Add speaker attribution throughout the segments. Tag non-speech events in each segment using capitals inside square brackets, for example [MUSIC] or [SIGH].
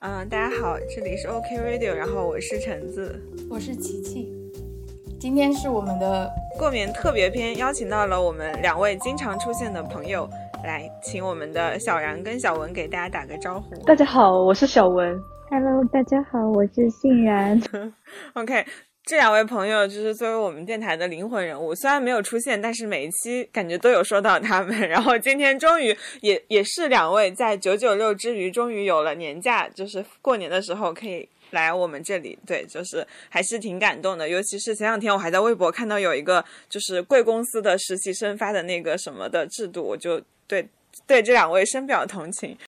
Speaker 1: 嗯，大家好，这里是 OK Radio，然后我是橙子。
Speaker 2: 我是琪琪，今天是我们的
Speaker 1: 过年特别篇邀请到了我们两位经常出现的朋友，来请我们的小然跟小文给大家打个招呼。
Speaker 3: 大家好，我是小文。
Speaker 4: Hello，大家好，我是欣然。
Speaker 1: [LAUGHS] OK，这两位朋友就是作为我们电台的灵魂人物，虽然没有出现，但是每一期感觉都有说到他们。 [LAUGHS] 然后今天终于也也是两位在九九六之余，终于有了年假，就是过年的时候可以来我们这里。对，就是还是挺感动的。尤其是前两天我还在微博看到有一个就是贵公司的实习生发的那个什么的制度，我就对对这两位深表同情。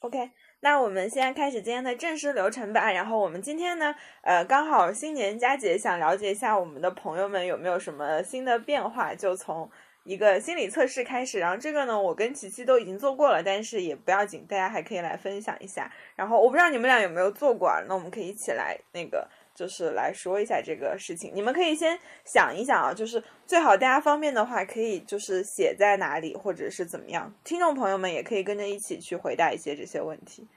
Speaker 1: OK，那我们现在开始今天的正式流程吧。然后我们今天呢，呃，刚好新年佳节，想了解一下我们的朋友们有没有什么新的变化，就从一个心理测试开始。然后这个呢，我跟琪琪都已经做过了，但是也不要紧，大家还可以来分享一下。然后我不知道你们俩有没有做过，啊，那我们可以一起来那个。就是来说一下这个事情，你们可以先想一想啊，就是最好大家方便的话，可以就是写在哪里，或者是怎么样。听众朋友们也可以跟着一起去回答一些这些问题。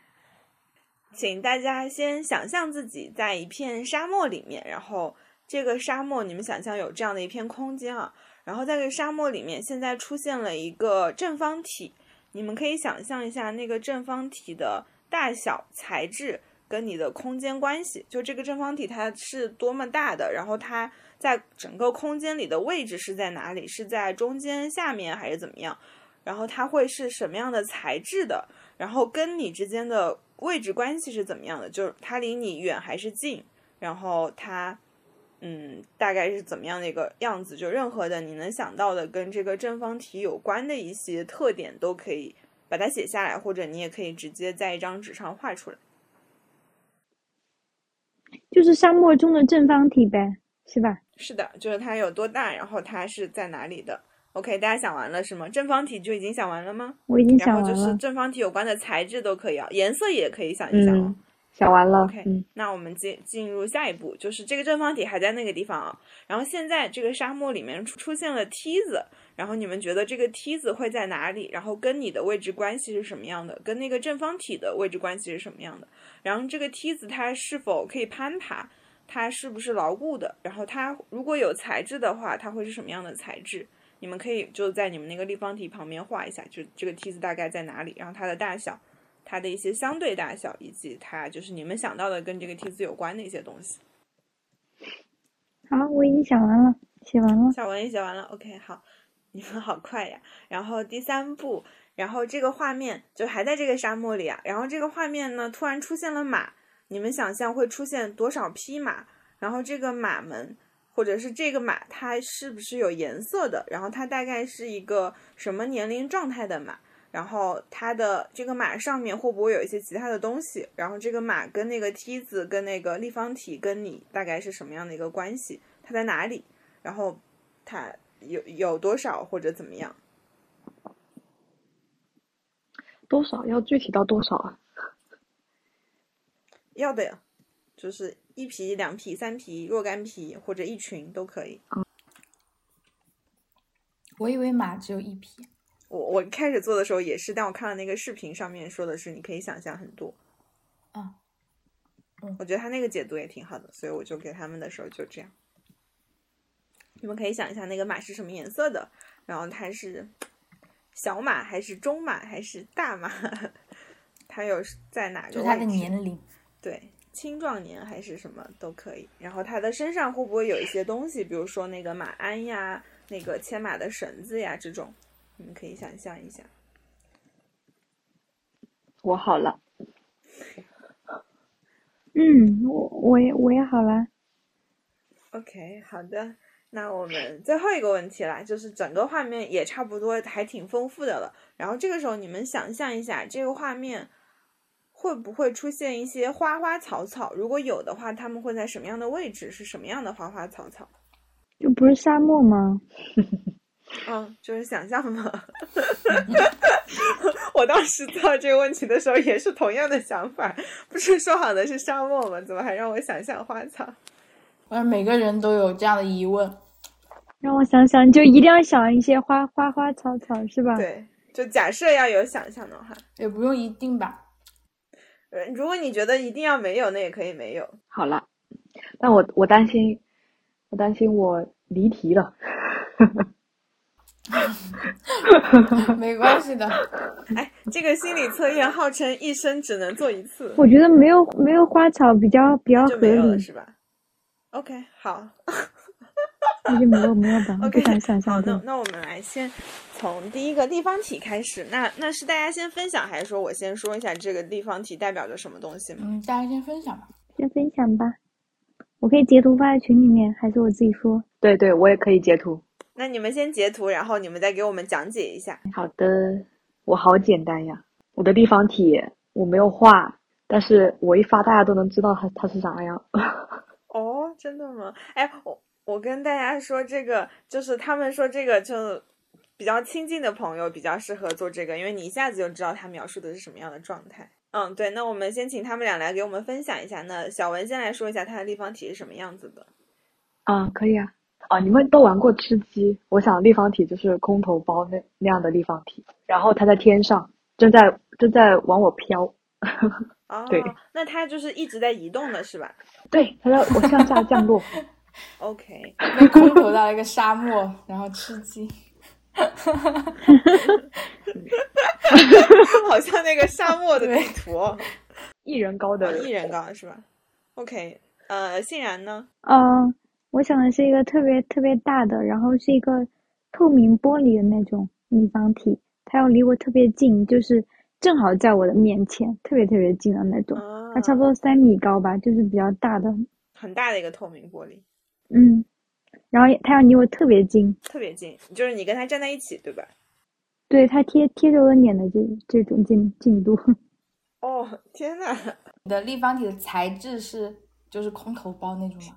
Speaker 1: 请大家先想象自己在一片沙漠里面，然后这个沙漠你们想象有这样的一片空间啊，然后在这个沙漠里面，现在出现了一个正方体，你们可以想象一下那个正方体的大小、材质跟你的空间关系，就这个正方体它是多么大的，然后它在整个空间里的位置是在哪里，是在中间、下面还是怎么样？然后它会是什么样的材质的？然后跟你之间的位置关系是怎么样的？就是它离你远还是近？然后它，嗯，大概是怎么样的一个样子？就任何的你能想到的跟这个正方体有关的一些特点，都可以把它写下来，或者你也可以直接在一张纸上画出来。
Speaker 4: 就是沙漠中的正方体呗，是吧？
Speaker 1: 是的，就是它有多大，然后它是在哪里的。OK，大家想完了是吗？正方体就已经想完了吗？
Speaker 4: 我已经
Speaker 1: 然
Speaker 4: 想
Speaker 1: 后
Speaker 4: 完
Speaker 1: 就是
Speaker 4: 了。
Speaker 1: 正方体有关的材质都可以啊，颜色也可以想一想哦。
Speaker 3: 嗯想完了
Speaker 1: OK，、
Speaker 3: 嗯，
Speaker 1: 那我们进进入下一步，就是这个正方体还在那个地方啊。然后现在这个沙漠里面出出现了梯子，然后你们觉得这个梯子会在哪里？然后跟你的位置关系是什么样的？跟那个正方体的位置关系是什么样的？然后这个梯子它是否可以攀爬？它是不是牢固的？然后它如果有材质的话，它会是什么样的材质？你们可以就在你们那个立方体旁边画一下，就这个梯子大概在哪里，然后它的大小。它的一些相对大小，以及它就是你们想到的跟这个梯子有关的一些东西。
Speaker 4: 好，我已经想完了，写完了。
Speaker 1: 小文也写完了，OK，好，你们好快呀。然后第三步，然后这个画面就还在这个沙漠里啊，然后这个画面呢突然出现了马，你们想象会出现多少匹马？然后这个马们，或者是这个马，它是不是有颜色的？然后它大概是一个什么年龄状态的马？然后它的这个马上面会不会有一些其他的东西？然后这个马跟那个梯子、跟那个立方体、跟你大概是什么样的一个关系？它在哪里？然后它有有多少或者怎么样？
Speaker 3: 多少要具体到多少啊？
Speaker 1: 要的呀，就是一匹、两匹、三匹、若干匹或者一群都可以。
Speaker 2: 我以为马只有一匹，
Speaker 1: 我我开始做的时候也是，但我看了那个视频上面说的是你可以想象很多。
Speaker 2: 嗯，嗯
Speaker 1: 我觉得他那个解读也挺好的，所以我就给他们的时候就这样。你们可以想一下那个马是什么颜色的，然后它是小马还是中马还是大马？ [LAUGHS] 它有在哪个位置？
Speaker 2: 就是它的年龄。
Speaker 1: 对，青壮年还是什么都可以。然后它的身上会不会有一些东西，比如说那个马鞍呀、那个牵马的绳子呀这种，你们可以想象一下。
Speaker 3: 我好了，
Speaker 4: 嗯，我我也我也好了。
Speaker 1: OK，好的，那我们最后一个问题啦，就是整个画面也差不多，还挺丰富的了。然后这个时候你们想象一下，这个画面会不会出现一些花花草草？如果有的话，它们会在什么样的位置？是什么样的花花草草？
Speaker 4: 就不是沙漠吗？
Speaker 1: 嗯，就是想象嘛。 [LAUGHS] 我当时做到这个问题的时候也是同样的想法，不是说好的是沙漠吗？怎么还让我想象花草？
Speaker 2: 我让每个人都有这样的疑问。
Speaker 4: 让我想想，就一定要想一些花花花草草，是吧？
Speaker 1: 对，就假设要有想象的话，
Speaker 2: 也不用一定吧，
Speaker 1: 呃如果你觉得一定要没有，那也可以没有。
Speaker 3: 好了，但我我担心，我担心我离题了。
Speaker 2: 嗯没关系的。
Speaker 1: 哎，这个心理测验号称一生只能做一次，
Speaker 4: 我觉得没有没有花草比较比较
Speaker 1: 就
Speaker 4: 合
Speaker 1: 没有了
Speaker 4: 理，
Speaker 1: 是吧？OK，好
Speaker 4: 那就没有没有吧，我不
Speaker 1: [LAUGHS] ，OK，
Speaker 4: 想想
Speaker 1: 好，
Speaker 4: 象
Speaker 1: 那
Speaker 4: 力。
Speaker 1: 那我们来先从第一个立方体开始。那那是大家先分享，还是说我先说一下这个立方体代表着什么东西吗？
Speaker 2: 嗯，大家先分享吧。
Speaker 4: 先分享吧，我可以截图发在群里面，还是我自己说？
Speaker 3: 对对，我也可以截图。
Speaker 1: 那你们先截图，然后你们再给我们讲解一下。
Speaker 3: 好的，我好简单呀。我的立方体我没有画，但是我一发大家都能知道它它是啥样。
Speaker 1: 哦，真的吗？哎，我我跟大家说，这个就是他们说这个就比较亲近的朋友比较适合做这个，因为你一下子就知道他描述的是什么样的状态。嗯，对，那我们先请他们俩来给我们分享一下。那小文先来说一下它的立方体是什么样子的。
Speaker 3: 啊，可以啊。啊，你们都玩过吃鸡，我想立方体就是空投包那那样的立方体，然后它在天上，正在正在往我飘。
Speaker 1: 哦
Speaker 3: 对，
Speaker 1: 那它就是一直在移动的是吧
Speaker 3: 对，它在我向下降 [LAUGHS] 落。
Speaker 4: [LAUGHS]
Speaker 1: ？OK，
Speaker 2: 被空投到了一个沙漠，然后吃鸡。
Speaker 1: 好像那个沙漠的地
Speaker 2: 对
Speaker 1: 图
Speaker 4: [LAUGHS]
Speaker 1: 哦，
Speaker 3: 一人高的
Speaker 1: 一啊人高是吧？OK，呃，欣然呢？
Speaker 4: 呃，我想的是一个特别特别大的，然后是一个透明玻璃的那种立方体，它要离我特别近，就是正好在我的面前，特别特别近的那种，
Speaker 1: 啊
Speaker 4: 它，差不多三米高吧，就是比较大的，
Speaker 1: 很大的一个透明玻璃，
Speaker 4: 嗯，然后它要离我特别近，
Speaker 1: 特别近，就是你跟它站在一起，对吧？
Speaker 4: 对，它贴贴着我脸的这这种进进度， [LAUGHS]
Speaker 1: 哦，天呐，
Speaker 2: 你的立方体的材质是就是空投包那种吗？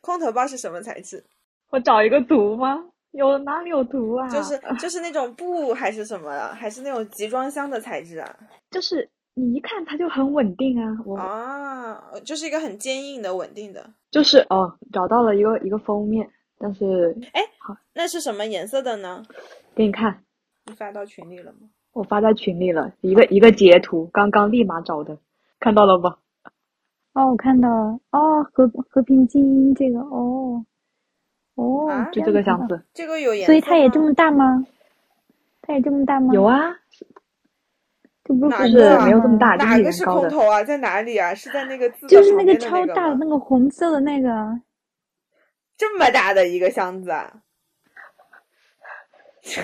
Speaker 1: 空投包是什么材质？
Speaker 3: 我找一个图吗？有哪里有图啊？
Speaker 1: 就是就是那种布还是什么的，还是那种集装箱的材质啊？
Speaker 3: 就是你一看它就很稳定啊。我、
Speaker 1: 啊，就是一个很坚硬的、稳定的。
Speaker 3: 就是哦，找到了一个一个封面，但是
Speaker 1: 那是什么颜色的呢？
Speaker 3: 给你看，
Speaker 1: 你发到群里了吗？
Speaker 3: 我发在群里了，一
Speaker 1: 啊
Speaker 3: 个一个截图，刚刚立马找的，看到了吧？
Speaker 4: 哦，我看到了，哦，和和平精英这个，哦，哦，
Speaker 1: 啊
Speaker 4: 这
Speaker 3: 就这个
Speaker 4: 样
Speaker 3: 箱
Speaker 4: 子的，
Speaker 3: 子。
Speaker 1: 这个有颜色
Speaker 4: 所以它也这
Speaker 1: 吗
Speaker 4: 么大吗？它也这么大吗？
Speaker 3: 有啊，
Speaker 4: 这不
Speaker 1: 哪
Speaker 4: 是
Speaker 1: 个
Speaker 4: 空
Speaker 1: 啊
Speaker 4: 投
Speaker 1: 没
Speaker 3: 有这么
Speaker 4: 吗
Speaker 3: 大
Speaker 1: 哪
Speaker 3: 就是一
Speaker 1: 个
Speaker 3: 人
Speaker 1: 是
Speaker 3: 高
Speaker 1: 空
Speaker 3: 的
Speaker 1: 投啊？在哪里啊？是在那个字
Speaker 4: 就
Speaker 1: 的
Speaker 4: 是
Speaker 1: 旁
Speaker 4: 那
Speaker 1: 边
Speaker 4: 个
Speaker 1: 的
Speaker 4: 超大的
Speaker 1: 吗
Speaker 4: 那个红色的那个，
Speaker 1: 这么大的一个箱子啊！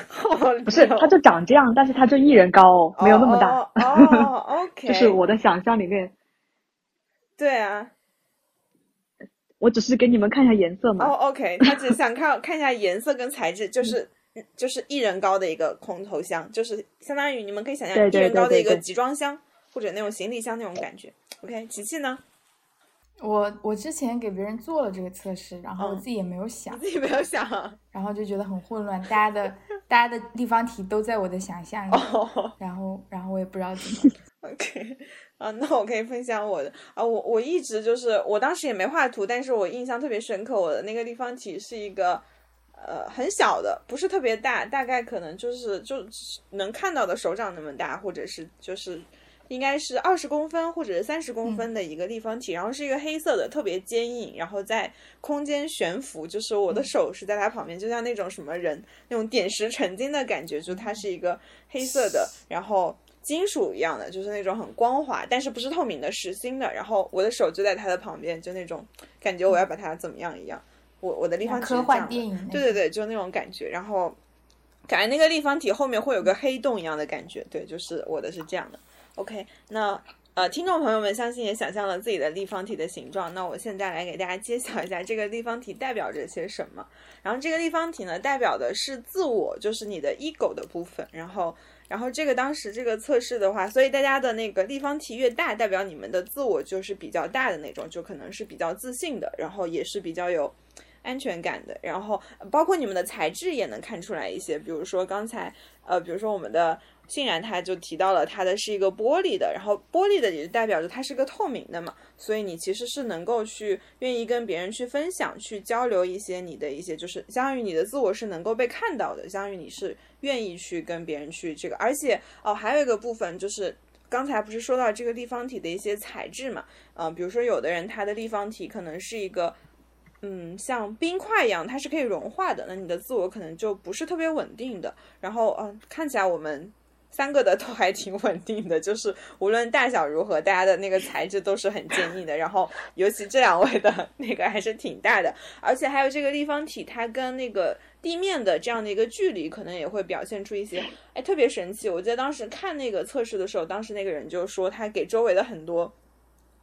Speaker 1: 好
Speaker 3: [LAUGHS] 不是，
Speaker 1: 溜
Speaker 3: 它就长这样，但是它就一人高哦，没有那么大， [LAUGHS]
Speaker 1: 哦哦，OK，
Speaker 3: 就是我的想象里面，
Speaker 1: 对啊，
Speaker 3: 我只是给你们看一下颜色嘛。
Speaker 1: 哦，OK，他只想看看一下颜色跟材质，就是就是一人高的一个空投箱，就是相当于你们可以想象
Speaker 3: 对
Speaker 1: 一
Speaker 3: 对
Speaker 1: 人
Speaker 3: 对
Speaker 1: 高的
Speaker 3: 对
Speaker 1: 一个
Speaker 3: 对
Speaker 1: 集装箱或者那种行李箱那种感觉。OK，琪琪呢？
Speaker 2: 我我之前给别人做了这个测试，然后我
Speaker 1: 嗯
Speaker 2: 自己也没有想
Speaker 1: 你，自己没有想啊
Speaker 2: 然后就觉得很混乱，大家的大家的立方体都在我的想象里，
Speaker 1: 哦
Speaker 2: 然后然后我也不知道怎
Speaker 1: [LAUGHS]
Speaker 2: 么，
Speaker 1: ，OK，啊，那我可以分享我的啊，我我一直就是我当时也没画图，但是我印象特别深刻，我的那个立方体是一个。呃，很小的，不是特别大，大概可能就是就能看到的手掌那么大，或者是就是应该是二十公分或者是三十
Speaker 2: 嗯
Speaker 1: 公分的一个立方体，然后是一个黑色的，特别坚硬，然后在空间悬浮，就是我
Speaker 2: 嗯
Speaker 1: 的手是在它旁边，就像那种什么人那种点石成金的感觉，就它是一个黑色的，然后。金属一样的，就是那种很光滑，但是不是透明的，实心的。然后我的手就在它的旁边，就那种感觉我要把它怎么样一样。我我的立方体是
Speaker 2: 嗯科
Speaker 1: 这样
Speaker 2: 幻
Speaker 1: 的
Speaker 2: 电影那种
Speaker 1: 对对对，就那种感觉。然后感觉那个立方体后面会有个黑洞一样的感觉，对，就是我的是这样的。OK，那呃，听众朋友们相信也想象了自己的立方体的形状。那我现在来给大家揭晓一下这个立方体代表着些什么。然后这个立方体呢，代表的是自我，就是你的 ego 的部分。然后，然后这个当时这个测试的话，所以大家的那个立方体越大，代表你们的自我就是比较大的那种，就可能是比较自信的，然后也是比较有。安全感的，然后呃包括你们的材质也能看出来一些，比如说刚才呃，比如说我们的欣然他就提到了它的是一个玻璃的，然后玻璃的也就代表着它是个透明的嘛，所以你其实是能够去愿意跟别人去分享、去交流一些你的一些，就是相当于你的自我是能够被看到的，相当于你是愿意去跟别人去这个，而且哦，还有一个部分就是。刚才不是说到这个立方体的一些材质嘛？嗯、比如说有的人他的立方体可能是一个，嗯，像冰块一样，它是可以融化的，那你的自我可能就不是特别稳定的。然后，嗯、看起来我们三个的都还挺稳定的，就是无论大小如何，大家的那个材质都是很坚硬的。然后，尤其这两位的那个还是挺大的，而且还有这个立方体，它跟那个地面的这样的一个距离，可能也会表现出一些，哎，特别神奇。我记得当时看那个测试的时候，当时那个人就说，他给周围的很多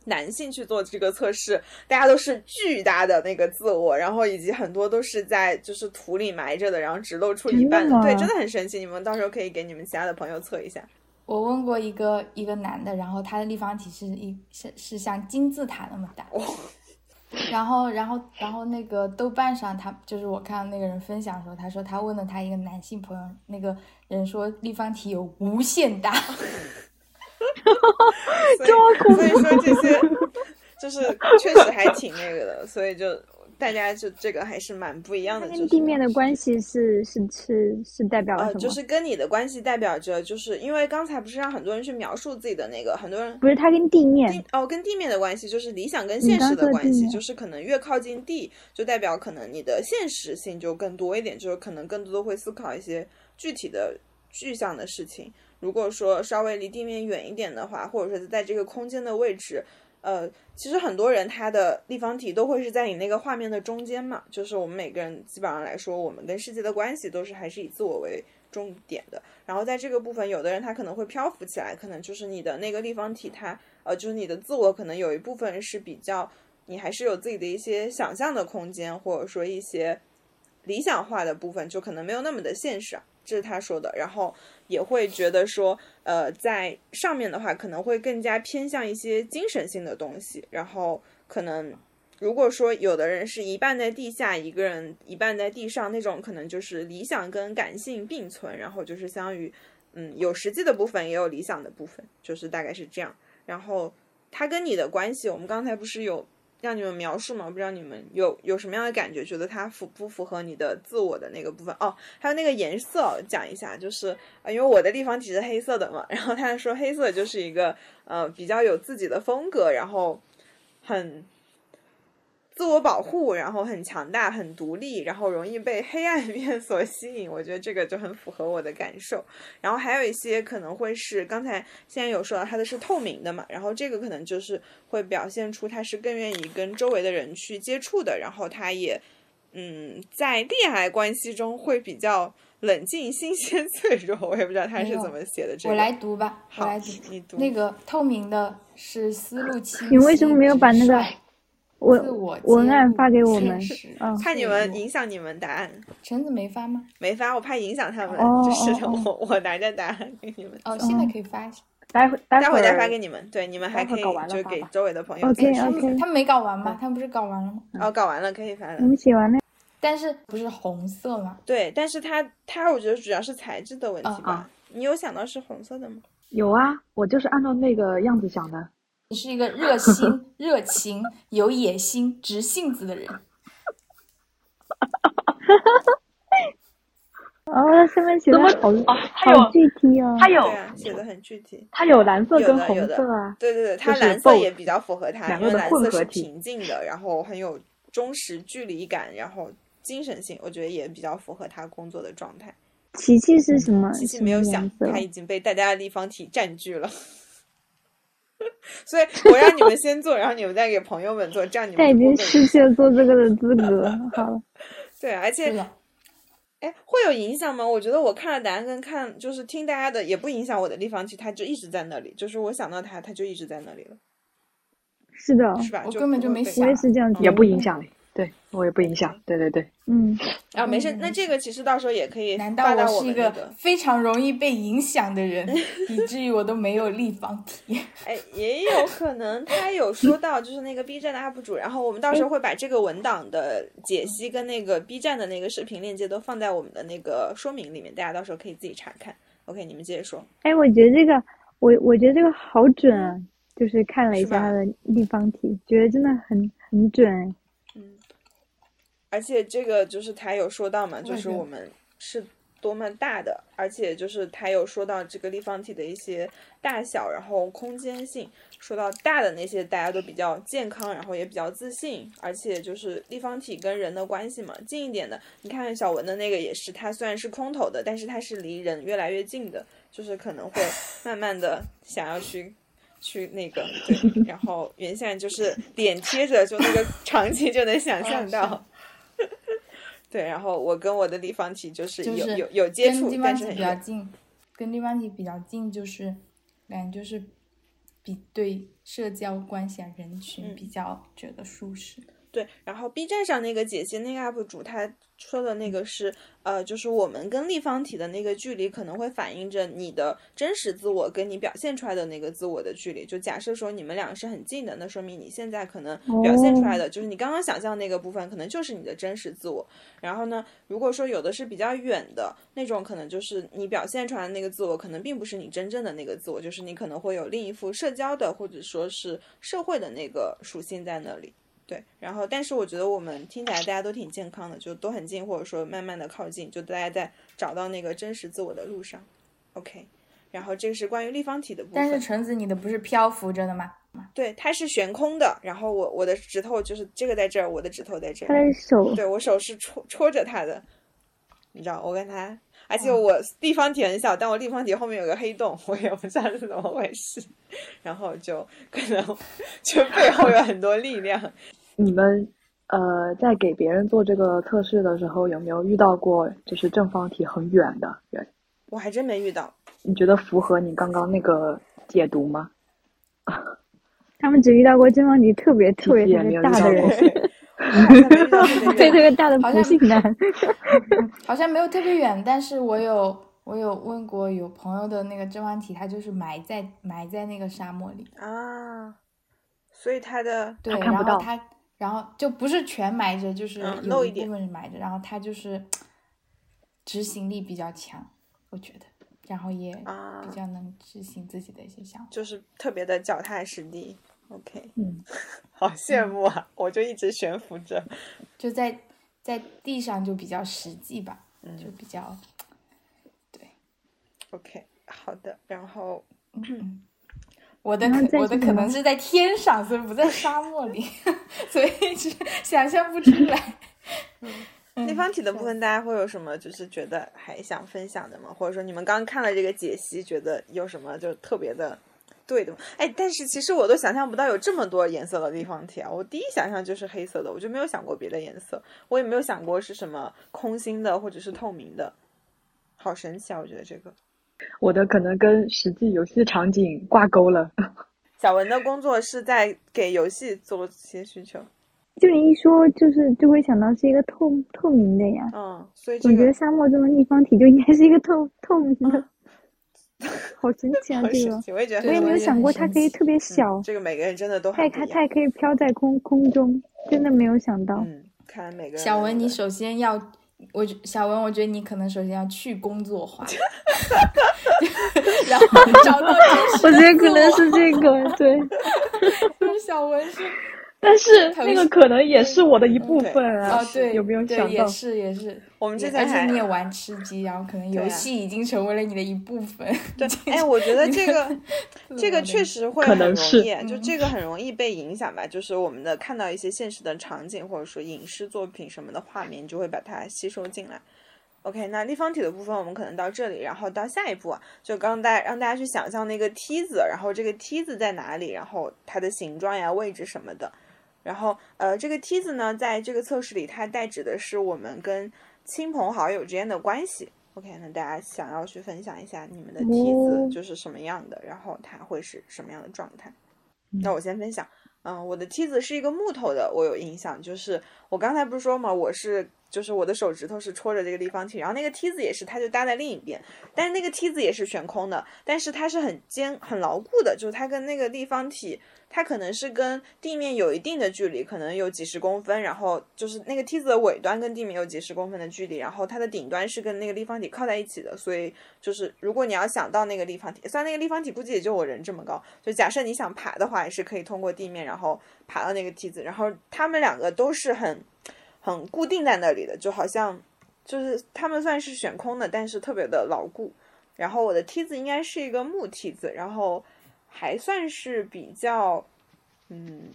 Speaker 1: 男性去做这个测试，大家都是巨大的那个自我，然后以及很多都是在就是土里埋着的，然后只露出一半
Speaker 4: 真的吗
Speaker 1: 对，真的很神奇。你们到时候可以给你们其他的朋友测一下。
Speaker 2: 我问过一个一个男的，然后他的立方体是一是是像金字塔那么大，然后然后然后那个豆瓣上他就是我看到那个人分享的时候，他说他问了他一个男性朋友，那个人说立方体有无限大，
Speaker 1: 这么恐怖。所以说这些就是确实还挺那个的， [LAUGHS] 所以就大家就这个还是蛮不一样
Speaker 4: 它
Speaker 1: 的。
Speaker 4: 跟地面的关系是是是是代表了
Speaker 1: 呃，
Speaker 4: 什么？
Speaker 1: 就是跟你的关系代表着，就是因为刚才不是让很多人去描述自己的那个，很多人
Speaker 4: 不是它跟地面
Speaker 1: 地，哦，跟地面的关系就是理想跟
Speaker 4: 你
Speaker 1: 现
Speaker 4: 刚
Speaker 1: 实的
Speaker 4: 说
Speaker 1: 关
Speaker 4: 地
Speaker 1: 系，
Speaker 4: 面
Speaker 1: 就是可能越靠近地，就代表可能你的现实性就更多一点，就是可能更多的会思考一些具体的具象的事情。如果说稍微离地面远一点的话，或者说在这个空间的位置，呃，其实很多人他的立方体都会是在你那个画面的中间嘛，就是我们每个人基本上来说，我们跟世界的关系都是还是以自我为重点的。然后在这个部分，有的人他可能会漂浮起来，可能就是你的那个立方体它，呃，就是你的自我可能有一部分是比较，你还是有自己的一些想象的空间，或者说一些理想化的部分，就可能没有那么的现实啊。这是他说的，然后也会觉得说，呃，在上面的话可能会更加偏向一些精神性的东西，然后可能如果说有的人是一半在地下，一个人一半在地上，那种可能就是理想跟感性并存，然后就是相当于，嗯，有实际的部分，也有理想的部分，就是大概是这样。然后它跟你的关系，我们刚才不是有让你们描述吗？我不知道你们有有什么样的感觉，觉得它符不符合你的自我的那个部分哦。还有那个颜色哦，讲一下，就是呃因为我的立方体是黑色的嘛，然后他说黑色就是一个呃比较有自己的风格，然后很自我保护，然后很强大、很独立，然后容易被黑暗面所吸引。我觉得这个就很符合我的感受。然后还有一些可能会是刚才现在有说到它的是透明的嘛，然后这个可能就是会表现出它是更愿意跟周围的人去接触的，然后它也嗯在恋爱关系中会比较冷静、新鲜、脆弱。我也不知道他是
Speaker 2: 没有
Speaker 1: 怎么写的这
Speaker 2: 我
Speaker 1: 个。
Speaker 2: 来读吧，我
Speaker 1: 好
Speaker 2: 来读，
Speaker 1: 你读
Speaker 2: 那个透明的是思路清晰，
Speaker 4: 你为什么没有把那个
Speaker 2: 直率自我哦
Speaker 4: 文文
Speaker 2: 揭
Speaker 4: 案
Speaker 2: 露
Speaker 4: 发给我们
Speaker 2: 现实？
Speaker 4: 嗯
Speaker 1: 怕你
Speaker 2: 脆
Speaker 1: 们
Speaker 2: 弱
Speaker 1: 影响你们答案，
Speaker 2: 橙子没发吗？
Speaker 1: 没法，我怕影响他们，
Speaker 4: 哦
Speaker 1: 就是
Speaker 4: 哦哦
Speaker 1: 我我拿着答案给你们。
Speaker 2: 哦，现在
Speaker 4: 嗯
Speaker 2: 可以发一下。
Speaker 3: 待会
Speaker 1: 待
Speaker 3: 会
Speaker 1: 会
Speaker 3: 儿
Speaker 1: 儿再发给你们，对，你们还
Speaker 3: 待会
Speaker 1: 可
Speaker 3: 儿
Speaker 1: 以
Speaker 3: 搞完了
Speaker 1: 就
Speaker 3: 发
Speaker 1: 给
Speaker 3: 吧
Speaker 1: 周围的朋友再
Speaker 4: OK
Speaker 1: 说。
Speaker 4: OK，
Speaker 2: 他们没搞完吗？他们不是搞完了吗？
Speaker 1: 哦，搞完了，可以发了
Speaker 3: 嗯
Speaker 4: 我。们写完了，
Speaker 2: 但是不是红色吗？
Speaker 1: 对，但是它它我觉得主要是材质的问题
Speaker 3: 哦
Speaker 2: 嗯
Speaker 1: 吧。你有想到是红色的吗？
Speaker 3: 有啊，我就是按照那个样子想的。
Speaker 2: 你是一个热心、 [LAUGHS] 热情、有野心、直性子的人。
Speaker 4: 哦，上面写
Speaker 3: 怎
Speaker 4: 的
Speaker 3: 么
Speaker 4: 好
Speaker 3: 哦？它
Speaker 4: 好
Speaker 3: 有
Speaker 4: 具体哦，
Speaker 3: 它有
Speaker 1: 对啊，写的很具体。
Speaker 3: 它有蓝色
Speaker 1: 有
Speaker 3: 跟
Speaker 1: 的
Speaker 3: 红
Speaker 1: 有的
Speaker 3: 色啊，
Speaker 1: 对对对，它
Speaker 3: 是
Speaker 1: 蓝色
Speaker 3: both
Speaker 1: 也比较符合它，
Speaker 3: 两
Speaker 1: 因为
Speaker 3: 个的
Speaker 1: 蓝
Speaker 3: 混
Speaker 1: 色
Speaker 3: 合
Speaker 1: 是
Speaker 3: 体
Speaker 1: 平静的，然后很有忠实距离感，然后精神性，我觉得也比较符合他工作的状态。
Speaker 4: 琪琪是什么
Speaker 1: 嗯琪琪
Speaker 4: 什
Speaker 1: 没
Speaker 4: 么
Speaker 1: 有想
Speaker 4: 颜，色
Speaker 1: 他？已经被大家的立方体占据了。 [LAUGHS] 所以我让你们先做，然后你们再给朋友们做，这样你们
Speaker 4: 他已
Speaker 1: 就不
Speaker 4: 经
Speaker 1: 会被
Speaker 4: 失去了做这个的
Speaker 1: [LAUGHS]
Speaker 4: 资格。好了，
Speaker 1: 对，啊而
Speaker 2: 对
Speaker 1: 且
Speaker 2: 了，
Speaker 1: 哎，会有影响吗？我觉得我看了答案跟看就是听大家的也不影响我的立方体，它就一直在那里，就是我想到它，它就一直在那里了，
Speaker 4: 是的，哦
Speaker 1: 是嗯吧？
Speaker 2: 我
Speaker 1: 就
Speaker 2: 根本
Speaker 1: 不
Speaker 2: 就
Speaker 1: 会
Speaker 2: 没
Speaker 1: 被
Speaker 2: 想
Speaker 4: 我也是这样觉得。
Speaker 3: 也不影响，对我也不影响，对对对，
Speaker 4: 嗯，
Speaker 1: 啊，没事，
Speaker 2: 嗯
Speaker 1: 那这个其实到时候也可以
Speaker 2: 难
Speaker 1: 发
Speaker 2: 道
Speaker 1: 到
Speaker 2: 我
Speaker 1: 我
Speaker 2: 是一
Speaker 1: 们
Speaker 2: 个
Speaker 1: 那个，
Speaker 2: 非常容易被影响
Speaker 1: [LAUGHS]
Speaker 2: 的人，以至于我都没有立方体？
Speaker 1: 哎，也有可能他有说到就是那个 B 站的 UP 主，然后我们到时候会把这个文档的解析跟那个 B 站的那个视频链接都放在我们的那个说明里面，大家到时候可以自己查看。OK，你们接着说。
Speaker 4: 哎，我觉得这个，我我觉得这个好准啊！就是看了一
Speaker 1: 是
Speaker 4: 下
Speaker 1: 吧
Speaker 4: 它的立方体，觉得真的很很准哎。
Speaker 1: 而且这个就是他有说到嘛，
Speaker 2: 也
Speaker 1: 就是
Speaker 2: 觉得
Speaker 1: 我们是多么大的，而且就是他有说到这个立方体的一些大小，然后空间性。说到大的那些，大家都比较健康，然后也比较自信，而且就是立方体跟人的关系嘛，近一点的，你看小文的那个也是，它虽然是空投的，但是它是离人越来越近的，就是可
Speaker 2: [LAUGHS]
Speaker 1: 能会慢慢的想要去。去那个对，然后原先就是脸贴着，就那
Speaker 2: [LAUGHS]
Speaker 1: 个场景就能想象
Speaker 2: 哦
Speaker 1: 到。 [LAUGHS] 对，然后我跟我的立方体就是有、
Speaker 2: 就是
Speaker 1: 有有 [LAUGHS] 接触
Speaker 2: 跟立，方
Speaker 1: 但是
Speaker 2: 体
Speaker 1: 很
Speaker 2: 比较
Speaker 1: 远。
Speaker 2: 近，跟立方体比较近，就是感觉就是比对社交关系啊人群
Speaker 1: 嗯
Speaker 2: 比较觉得舒适。
Speaker 1: 对，然后 B 站上那个解析那个 UP 主他说的那个是，呃，就是我们跟立方体的那个距离可能会反映着你的真实自我跟你表现出来的那个自我的距离。就假设说你们俩是很近的，那说明你现在可能表现出来的、就是你刚刚想象那个部分，可能就是你的真实自我。然后呢，如果说有的是比较远的那种，可能就是你表现出来的那个自我，可能并不是你真正的那个自我，就是你可能会有另一副社交的或者说是社会的那个属性在那里。对，然后但是我觉得我们听起来大家都挺健康的，就都很近，或者说慢慢的靠近，就大家在找到那个真实自我的路上。OK，然后这是关于立方体的部
Speaker 2: 但是
Speaker 1: 分，
Speaker 2: 橙子，你的不是漂浮着的吗？
Speaker 1: 对，它是悬空的，然后我我的指头就是这个在这儿，我的指头在这
Speaker 4: 他
Speaker 1: 儿，
Speaker 4: 的手
Speaker 1: 对我手是戳戳着它的，你知道，我跟它，而
Speaker 2: 哦
Speaker 1: 且我立方体很小，但我立方体后面有个黑洞，我也不知道是怎么回事，然后就可能 [LAUGHS] 就背后有很多力量，
Speaker 3: 你们呃在给别人做这个测试的时候，有没有遇到过就是正方体很远的人？
Speaker 1: 我还真没遇到。
Speaker 3: 你觉得符合你刚刚那个解读吗？
Speaker 4: 他们只遇到过正方体特别特别
Speaker 3: 其实也没
Speaker 4: 特别
Speaker 3: 有
Speaker 4: [LAUGHS] 大
Speaker 3: 遇
Speaker 4: 的
Speaker 3: 到
Speaker 4: 人
Speaker 3: 过，
Speaker 1: 对
Speaker 4: [LAUGHS] 对特别大的
Speaker 2: 好
Speaker 4: 不
Speaker 2: 像
Speaker 4: 幸男， [LAUGHS]
Speaker 2: 好像没有特别远，但是我有我有问过有朋友的那个正方体，它就是埋在埋在那个沙漠里，
Speaker 1: 啊，所以它的
Speaker 2: 对，
Speaker 3: 看
Speaker 2: 然后
Speaker 3: 不到
Speaker 2: 它然后就不是全埋着，就是
Speaker 1: 嗯露
Speaker 2: 有
Speaker 1: 一
Speaker 2: 一部
Speaker 1: 点
Speaker 2: 分是埋着，然后它就是执行力比较强，我觉得，然后也
Speaker 1: 啊
Speaker 2: 比较能执行自己的一些想法。
Speaker 1: 就是特别的脚踏实地。OK，
Speaker 3: 嗯，
Speaker 1: [LAUGHS] 好羡慕啊！我就一直悬浮着。
Speaker 2: 就在在地上就比较实际吧，
Speaker 1: 嗯
Speaker 2: 就比较对，
Speaker 1: OK，好的。然后
Speaker 2: 嗯。我的
Speaker 4: 然后
Speaker 2: 可
Speaker 4: 再
Speaker 2: 我的
Speaker 4: 是
Speaker 2: 可
Speaker 4: 什么
Speaker 2: 能是在天上，所以不在沙漠里， [LAUGHS] 所以是 [LAUGHS] 想象不出来。嗯
Speaker 1: 立方体的部
Speaker 2: 是
Speaker 1: 分，大家会有什么就是觉得还想分享的吗？或者说你们刚看了这个解析，觉得有什么就特别的对的吗？哎，但是其实我都想象不到有这么多颜色的立方体啊！我第一想象就是黑色的，我就没有想过别的颜色，我也没有想过是什么空心的或者是透明的，好神奇啊！我觉得这个。
Speaker 3: 我的可能跟实际游戏场景挂钩了。 [LAUGHS]
Speaker 1: 小文的工作是在给游戏做些需求，
Speaker 4: 就你一说就是就会想到是一个透透明的呀。
Speaker 1: 嗯，所以
Speaker 4: 我
Speaker 1: 这
Speaker 4: 觉
Speaker 1: 个
Speaker 4: 得沙漠中的立方体就应该是一个透 [LAUGHS] 透明的，好神奇啊！
Speaker 1: 好
Speaker 4: 这
Speaker 1: 神
Speaker 4: 个
Speaker 1: 奇，我也觉得很
Speaker 2: 对
Speaker 4: 我也
Speaker 1: 有
Speaker 4: 没有
Speaker 1: 意
Speaker 2: 也
Speaker 1: 思
Speaker 4: 想
Speaker 2: 很
Speaker 4: 过它
Speaker 2: 神
Speaker 4: 可以
Speaker 2: 奇
Speaker 4: 特别
Speaker 1: 嗯
Speaker 4: 小，
Speaker 1: 这个每个人真的都
Speaker 4: 它
Speaker 1: 很
Speaker 4: 也
Speaker 1: 不
Speaker 4: 它
Speaker 1: 一
Speaker 4: 它
Speaker 1: 样，
Speaker 4: 也可以飘在空空中，真的没有想到。
Speaker 1: 嗯，看来每个人
Speaker 2: 小
Speaker 1: 的
Speaker 2: 文，
Speaker 1: 那
Speaker 2: 你
Speaker 1: 个
Speaker 2: 首先要，我觉小文，我觉得你可能首先要去工
Speaker 1: [LAUGHS]
Speaker 2: 作化， [LAUGHS] 然后找到真实的
Speaker 4: 我觉得
Speaker 2: 自
Speaker 4: 可能
Speaker 2: 我。
Speaker 4: 是这个，对，
Speaker 2: 就是小文是
Speaker 3: 但是
Speaker 2: 腾
Speaker 3: 那个
Speaker 2: 讯
Speaker 3: 可能也是我的一部分
Speaker 1: 呃
Speaker 3: 啊，
Speaker 2: 哦，对，
Speaker 3: 有没有
Speaker 2: 对
Speaker 3: 想
Speaker 2: 也
Speaker 3: 到？
Speaker 2: 是也是，
Speaker 1: 我们之
Speaker 2: 也
Speaker 1: 前
Speaker 2: 而且
Speaker 1: 还
Speaker 2: 你也玩吃鸡，然后可能
Speaker 1: 对啊
Speaker 2: 游戏已经成为了你的一部分。
Speaker 1: 对，哎，我觉得
Speaker 2: 你
Speaker 1: 这
Speaker 2: 的
Speaker 1: 个 [LAUGHS] 这个确实会
Speaker 3: 可
Speaker 1: 很
Speaker 3: 能
Speaker 1: 容
Speaker 3: 是
Speaker 1: 易，就
Speaker 2: 嗯
Speaker 1: 这个很容易被影响吧。就是我们的看到一些现实的场景，或者说影视作品什么的画面，就会把它吸收进来。OK，那立方体的部分我们可能到这里，然后到下一步啊，就刚大让大家去想象那个梯子，然后这个梯子在哪里，然后它的形状呀、位置什么的。然后呃，这个梯子呢，在这个测试里，它代指的是我们跟亲朋好友之间的关系。OK，那大家想要去分享一下你们的梯子
Speaker 4: 哦
Speaker 1: 就是什么样的，然后它会是什么样的状态？那我先分享，嗯，我的梯子是一个木头的，我有印象，就是我刚才不是说嘛，我是就是我的手指头是戳着这个立方体，然后那个梯子也是，它就搭在另一边，但是那个梯子也是悬空的，但是它是很坚很牢固的，就是它跟那个立方体，它可能是跟地面有一定的距离，可能有几十公分，然后就是那个梯子的尾端跟地面有几十公分的距离，然后它的顶端是跟那个立方体靠在一起的，所以就是如果你要想到那个立方体，虽然那个立方体估计也就我人这么高，就假设你想爬的话，也是可以通过地面然后爬到那个梯子，然后它们两个都是很很固定在那里的，就好像就是它们算是悬空的，但是特别的牢固。然后我的梯子应该是一个木梯子，然后还算是比较，嗯，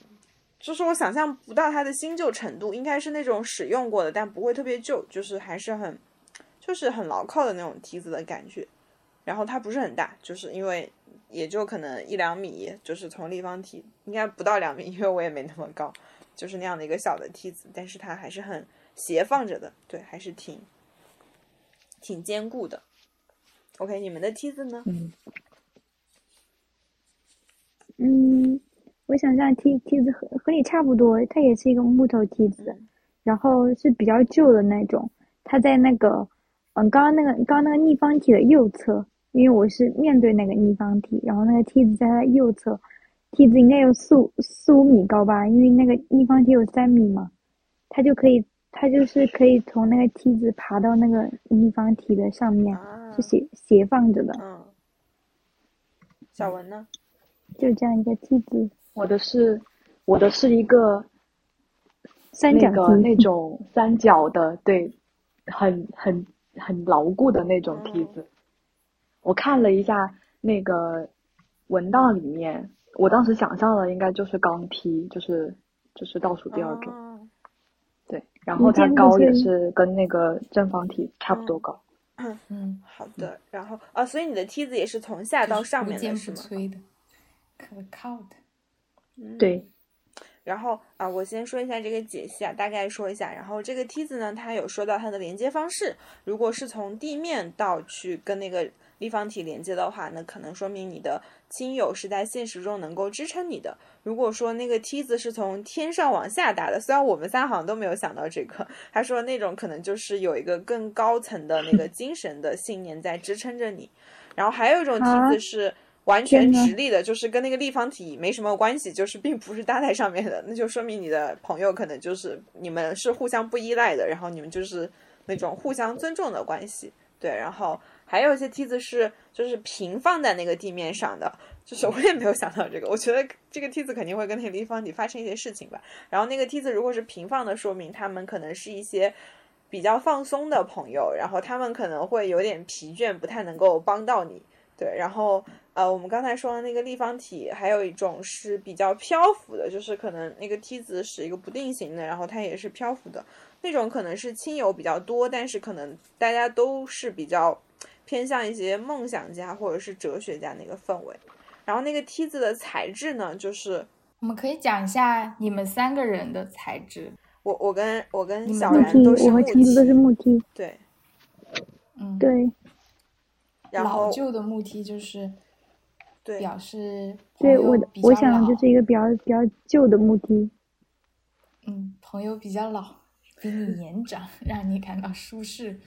Speaker 1: 就是我想象不到它的新旧程度，应该是那种使用过的，但不会特别旧，就是还是很，就是很牢靠的那种梯子的感觉。然后它不是很大，就是因为也就可能一两米，就是从立方体应该不到两米，因为我也没那么高，就是那样的一个小的梯子，但是它还是很斜放着的，对，还是挺挺坚固的。OK，你们的梯子呢？
Speaker 3: 嗯，
Speaker 4: 嗯，我想象梯梯子和和你差不多，它也是一个木头梯子，
Speaker 3: 嗯
Speaker 4: 然后是比较旧的那种。它在那个，嗯，刚刚那个刚刚那个立方体的右侧，因为我是面对那个立方体，然后那个梯子在它的右侧，梯子应该有四五四五米高吧，因为那个立方体有三米嘛，它就可以，它就是可以从那个梯子爬到那个立方体的上面，
Speaker 1: 啊
Speaker 4: 是，斜斜放着的，
Speaker 1: 嗯，小
Speaker 2: 嗯
Speaker 1: 文呢？
Speaker 4: 就这样一个梯子，
Speaker 3: 我的是我的是一个
Speaker 4: 三角
Speaker 3: 那个
Speaker 4: 梯。
Speaker 3: 那种三角的，对，很很很牢固的那种梯子。我看了一下那个文档里面，我当时想象的应该就是钢梯，就是就是倒数第二种，
Speaker 1: 哦
Speaker 3: 对。然后它
Speaker 4: 你见过
Speaker 3: 高也
Speaker 4: 最
Speaker 3: 是跟那个正方体差不多高，
Speaker 2: 嗯，
Speaker 1: 好的，然后啊，所以你的梯子也是从下
Speaker 2: 就
Speaker 1: 到
Speaker 2: 是
Speaker 1: 上
Speaker 2: 无
Speaker 1: 面的
Speaker 2: 坚
Speaker 1: 是
Speaker 2: 不
Speaker 1: 吗？
Speaker 2: 摧的，可靠的。
Speaker 1: 嗯
Speaker 3: 对。
Speaker 1: 然后啊，我先说一下这个解析啊，大概说一下。然后这个梯子呢，它有说到它的连接方式，如果是从地面到去跟那个立方体连接的话，那可能说明你的亲友是在现实中能够支撑你的。如果说那个梯子是从天上往下搭的，虽然我们三好像都没有想到这个，他说那种可能就是有一个更高层的那个精神的信念在支撑着你。然后还有一种梯
Speaker 4: 啊
Speaker 1: 子是完全
Speaker 4: 天哪
Speaker 1: 直立的，就是跟那个立方体没什么关系，就是并不是搭在上面的，那就说明你的朋友可能就是你们是互相不依赖的，然后你们就是那种互相尊重的关系。对，然后还有一些梯子是就是平放在那个地面上的，就是我也没有想到这个，我觉得这个梯子肯定会跟那个立方体发生一些事情吧。然后那个梯子如果是平放的，说明他们可能是一些比较放松的朋友，然后他们可能会有点疲倦，不太能够帮到你。对，然后呃，我们刚才说的那个立方体，还有一种是比较漂浮的，就是可能那个梯子是一个不定型的，然后它也是漂浮的那种，可能是亲友比较多，但是可能大家都是比较偏向一些梦想家或者是哲学家那个氛围。然后那个梯子的材质呢，就是
Speaker 2: 我们可以讲一下你们三个人的材质。
Speaker 1: 我我跟我跟
Speaker 2: 你们
Speaker 1: 小
Speaker 2: 都
Speaker 4: 木
Speaker 1: 然
Speaker 4: 梯，
Speaker 1: 都是
Speaker 4: 我和
Speaker 1: 木
Speaker 4: 梯子都是木梯，
Speaker 1: 对，
Speaker 2: 嗯，，
Speaker 4: 对，
Speaker 1: 然
Speaker 2: 老
Speaker 1: 后
Speaker 2: 旧的木梯就是
Speaker 1: 对
Speaker 2: 表示朋
Speaker 4: 对
Speaker 1: 哦
Speaker 2: 友
Speaker 4: 我的
Speaker 2: 比
Speaker 4: 我
Speaker 2: 较
Speaker 4: 想的就
Speaker 2: 老
Speaker 4: 是一个比较比较旧的木梯，
Speaker 2: 嗯，朋友比较老，比你年长，让你感到舒适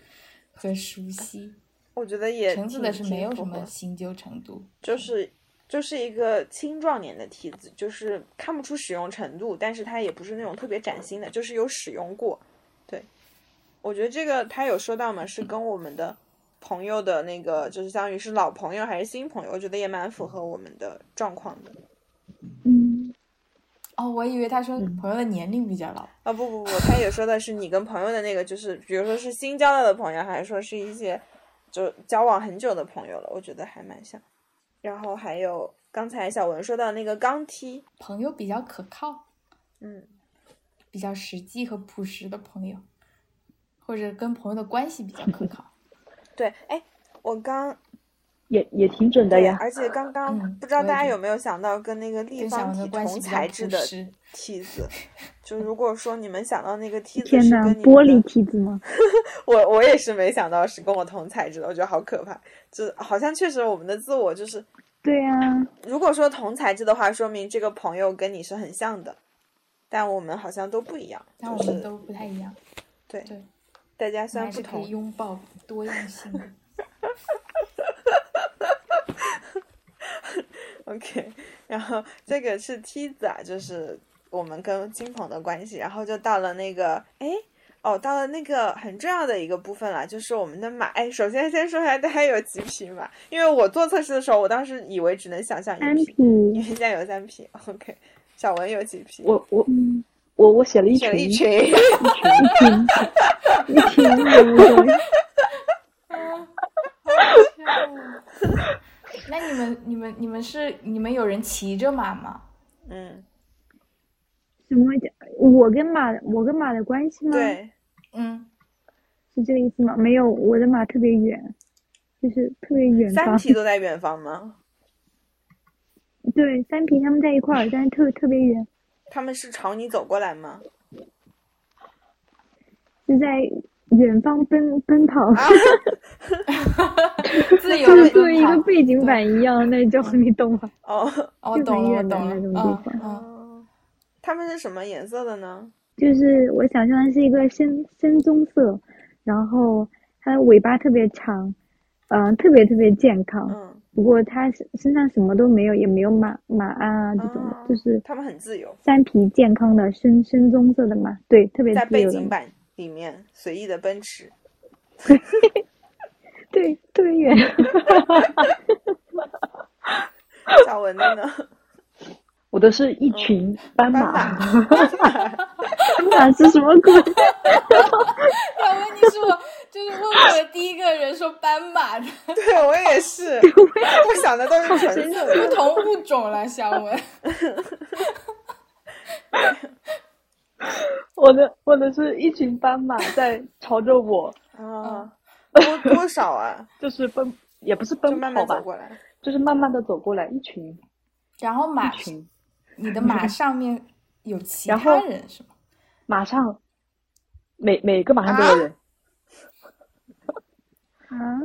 Speaker 2: 和熟悉。
Speaker 1: 我觉得也
Speaker 2: 橙子
Speaker 1: 挺
Speaker 2: 的是
Speaker 1: 挺
Speaker 2: 没有
Speaker 1: 符
Speaker 2: 什
Speaker 1: 合
Speaker 2: 么新旧程度，
Speaker 1: 就是就是一个青壮年的梯子，就是看不出使用程度，但是它也不是那种特别崭新的，就是有使用过。对，我觉得这个他有说到嘛，是跟我们的朋友的那个，就是相当于是老朋友还是新朋友，我觉得也蛮符合我们的状况的。
Speaker 4: 嗯，
Speaker 2: 哦，我以为他说
Speaker 3: 嗯
Speaker 2: 朋友的年龄比较老，
Speaker 1: 啊、不不不，他也说的是你跟朋友的那个，就是比如说是新交到的朋友，还是说是一些就交往很久的朋友了，我觉得还蛮像。然后还有刚才小文说到那个钢梯，
Speaker 2: 朋友比较可靠，
Speaker 1: 嗯，
Speaker 2: 比较实际和朴实的朋友，或者跟朋友的关系比较可
Speaker 4: [LAUGHS]
Speaker 2: 靠。
Speaker 1: 对，哎，我刚
Speaker 3: 也也挺准的
Speaker 1: 对，
Speaker 3: 呀。
Speaker 1: 而且刚刚
Speaker 2: 嗯
Speaker 1: 不知道
Speaker 2: 我也
Speaker 1: 大家
Speaker 2: 觉得
Speaker 1: 有没有想到跟那个立
Speaker 2: 跟小
Speaker 1: 方
Speaker 2: 文的
Speaker 1: 体
Speaker 2: 关
Speaker 1: 同
Speaker 2: 系比较
Speaker 1: 材质
Speaker 2: 朴
Speaker 1: 的
Speaker 2: 实， [LAUGHS]
Speaker 1: 梯子，就如果说你们想到那个梯子
Speaker 4: 天
Speaker 1: 是
Speaker 4: 呐，
Speaker 1: 跟你
Speaker 4: 玻
Speaker 1: 们
Speaker 4: 璃
Speaker 1: 的，
Speaker 4: 梯子吗？
Speaker 1: 我我也是没想到是跟我同材质的，我觉得好可怕，就好像确实我们的自我就是
Speaker 4: 对啊，
Speaker 1: 如果说同材质的话，说明这个朋友跟你是很像的，但我们好像都不一样，
Speaker 2: 但
Speaker 1: 就
Speaker 2: 我们
Speaker 1: 是
Speaker 2: 都不太一样。
Speaker 1: 对
Speaker 2: 对，
Speaker 1: 大家
Speaker 2: 我
Speaker 1: 虽然
Speaker 2: 们还
Speaker 1: 不
Speaker 2: 是可以
Speaker 1: 同，
Speaker 2: 拥抱多样性
Speaker 4: [LAUGHS]
Speaker 2: 的。
Speaker 1: OK，然后这个是梯子啊，就是我们跟金鹏的关系，然后就到了那个，哎，哦，到了那个很重要的一个部分了，就是我们的马。哎，首先先说一下大家有几匹马，因为我做测试的时候，我当时以为只能想象 [LAUGHS]
Speaker 4: 三
Speaker 1: 一匹，因为
Speaker 4: 匹，
Speaker 1: 现在有三匹。OK，小文有几匹？
Speaker 3: 我我
Speaker 4: 嗯，
Speaker 3: 我我写了一
Speaker 1: 选了一
Speaker 3: 群 [LAUGHS]
Speaker 1: 群，
Speaker 4: 一群玫瑰，
Speaker 2: 哦 [LAUGHS] 那你们、你们、你们是你们有人骑着马吗？
Speaker 1: 嗯，
Speaker 4: 什么叫？我跟马，我跟马的关系吗？，
Speaker 1: 对，
Speaker 2: 嗯， [LAUGHS]
Speaker 4: 是这个意思吗？没有，我的马特别远，就是特别远
Speaker 1: 三
Speaker 4: 方。
Speaker 1: 匹都在远方吗？
Speaker 4: 对，三匹他们在一块儿，但是特特别远，
Speaker 1: 他们是朝你走过来
Speaker 3: [LAUGHS]
Speaker 1: 吗？
Speaker 4: 是在远方奔奔跑，
Speaker 1: 啊，
Speaker 2: 自由
Speaker 4: 就是
Speaker 2: 的
Speaker 4: 作为一个背景
Speaker 2: 对
Speaker 4: 板一样那种，
Speaker 1: 嗯
Speaker 4: 你懂吗？
Speaker 1: 哦，
Speaker 2: 我
Speaker 4: 就很
Speaker 2: 懂了，我
Speaker 4: 远的
Speaker 2: 懂了，
Speaker 4: 那种
Speaker 2: 嗯
Speaker 4: 地
Speaker 2: 嗯， [LAUGHS]
Speaker 3: 啊
Speaker 1: 他们是什么颜色的呢？
Speaker 4: 就是我想象的是一个深深棕色，然后它的尾巴特别长，嗯、特别特别健康。
Speaker 1: 嗯，
Speaker 4: 不过它身身上什么都没有，也没有马马鞍啊这种的，
Speaker 1: 啊
Speaker 4: 就是
Speaker 1: 他们很自由，
Speaker 4: 三匹健康的深深棕色的马，对，特别
Speaker 1: 在
Speaker 4: 自
Speaker 1: 背
Speaker 4: 由的
Speaker 1: 景
Speaker 4: 马，
Speaker 1: 板里面随意的奔驰。
Speaker 4: 对，特别
Speaker 1: [LAUGHS]
Speaker 4: 远。
Speaker 1: 小文的呢？
Speaker 3: 我的是一群斑
Speaker 1: 斑
Speaker 3: 马，
Speaker 1: 马，斑马，
Speaker 4: 马是什么鬼？
Speaker 2: 小文，你是我就是问过的第一个人说斑马 [LAUGHS] 的
Speaker 1: [LAUGHS] 对我也是，我想的都是纯色的。
Speaker 2: 不同物种了，小文。 [LAUGHS]
Speaker 3: 我的我的是一群斑马在朝着我，
Speaker 1: 啊，多多少啊？
Speaker 3: 就是奔也不是奔
Speaker 1: 就
Speaker 3: 跑吧，
Speaker 1: 慢慢走过来。
Speaker 3: 就是慢慢的走过来，一群
Speaker 2: 然后马
Speaker 3: 一，群，
Speaker 2: 你的马上面有其
Speaker 3: [LAUGHS] 然后
Speaker 2: 他人是吗？
Speaker 3: 马上每每个马上都有人，
Speaker 4: 啊，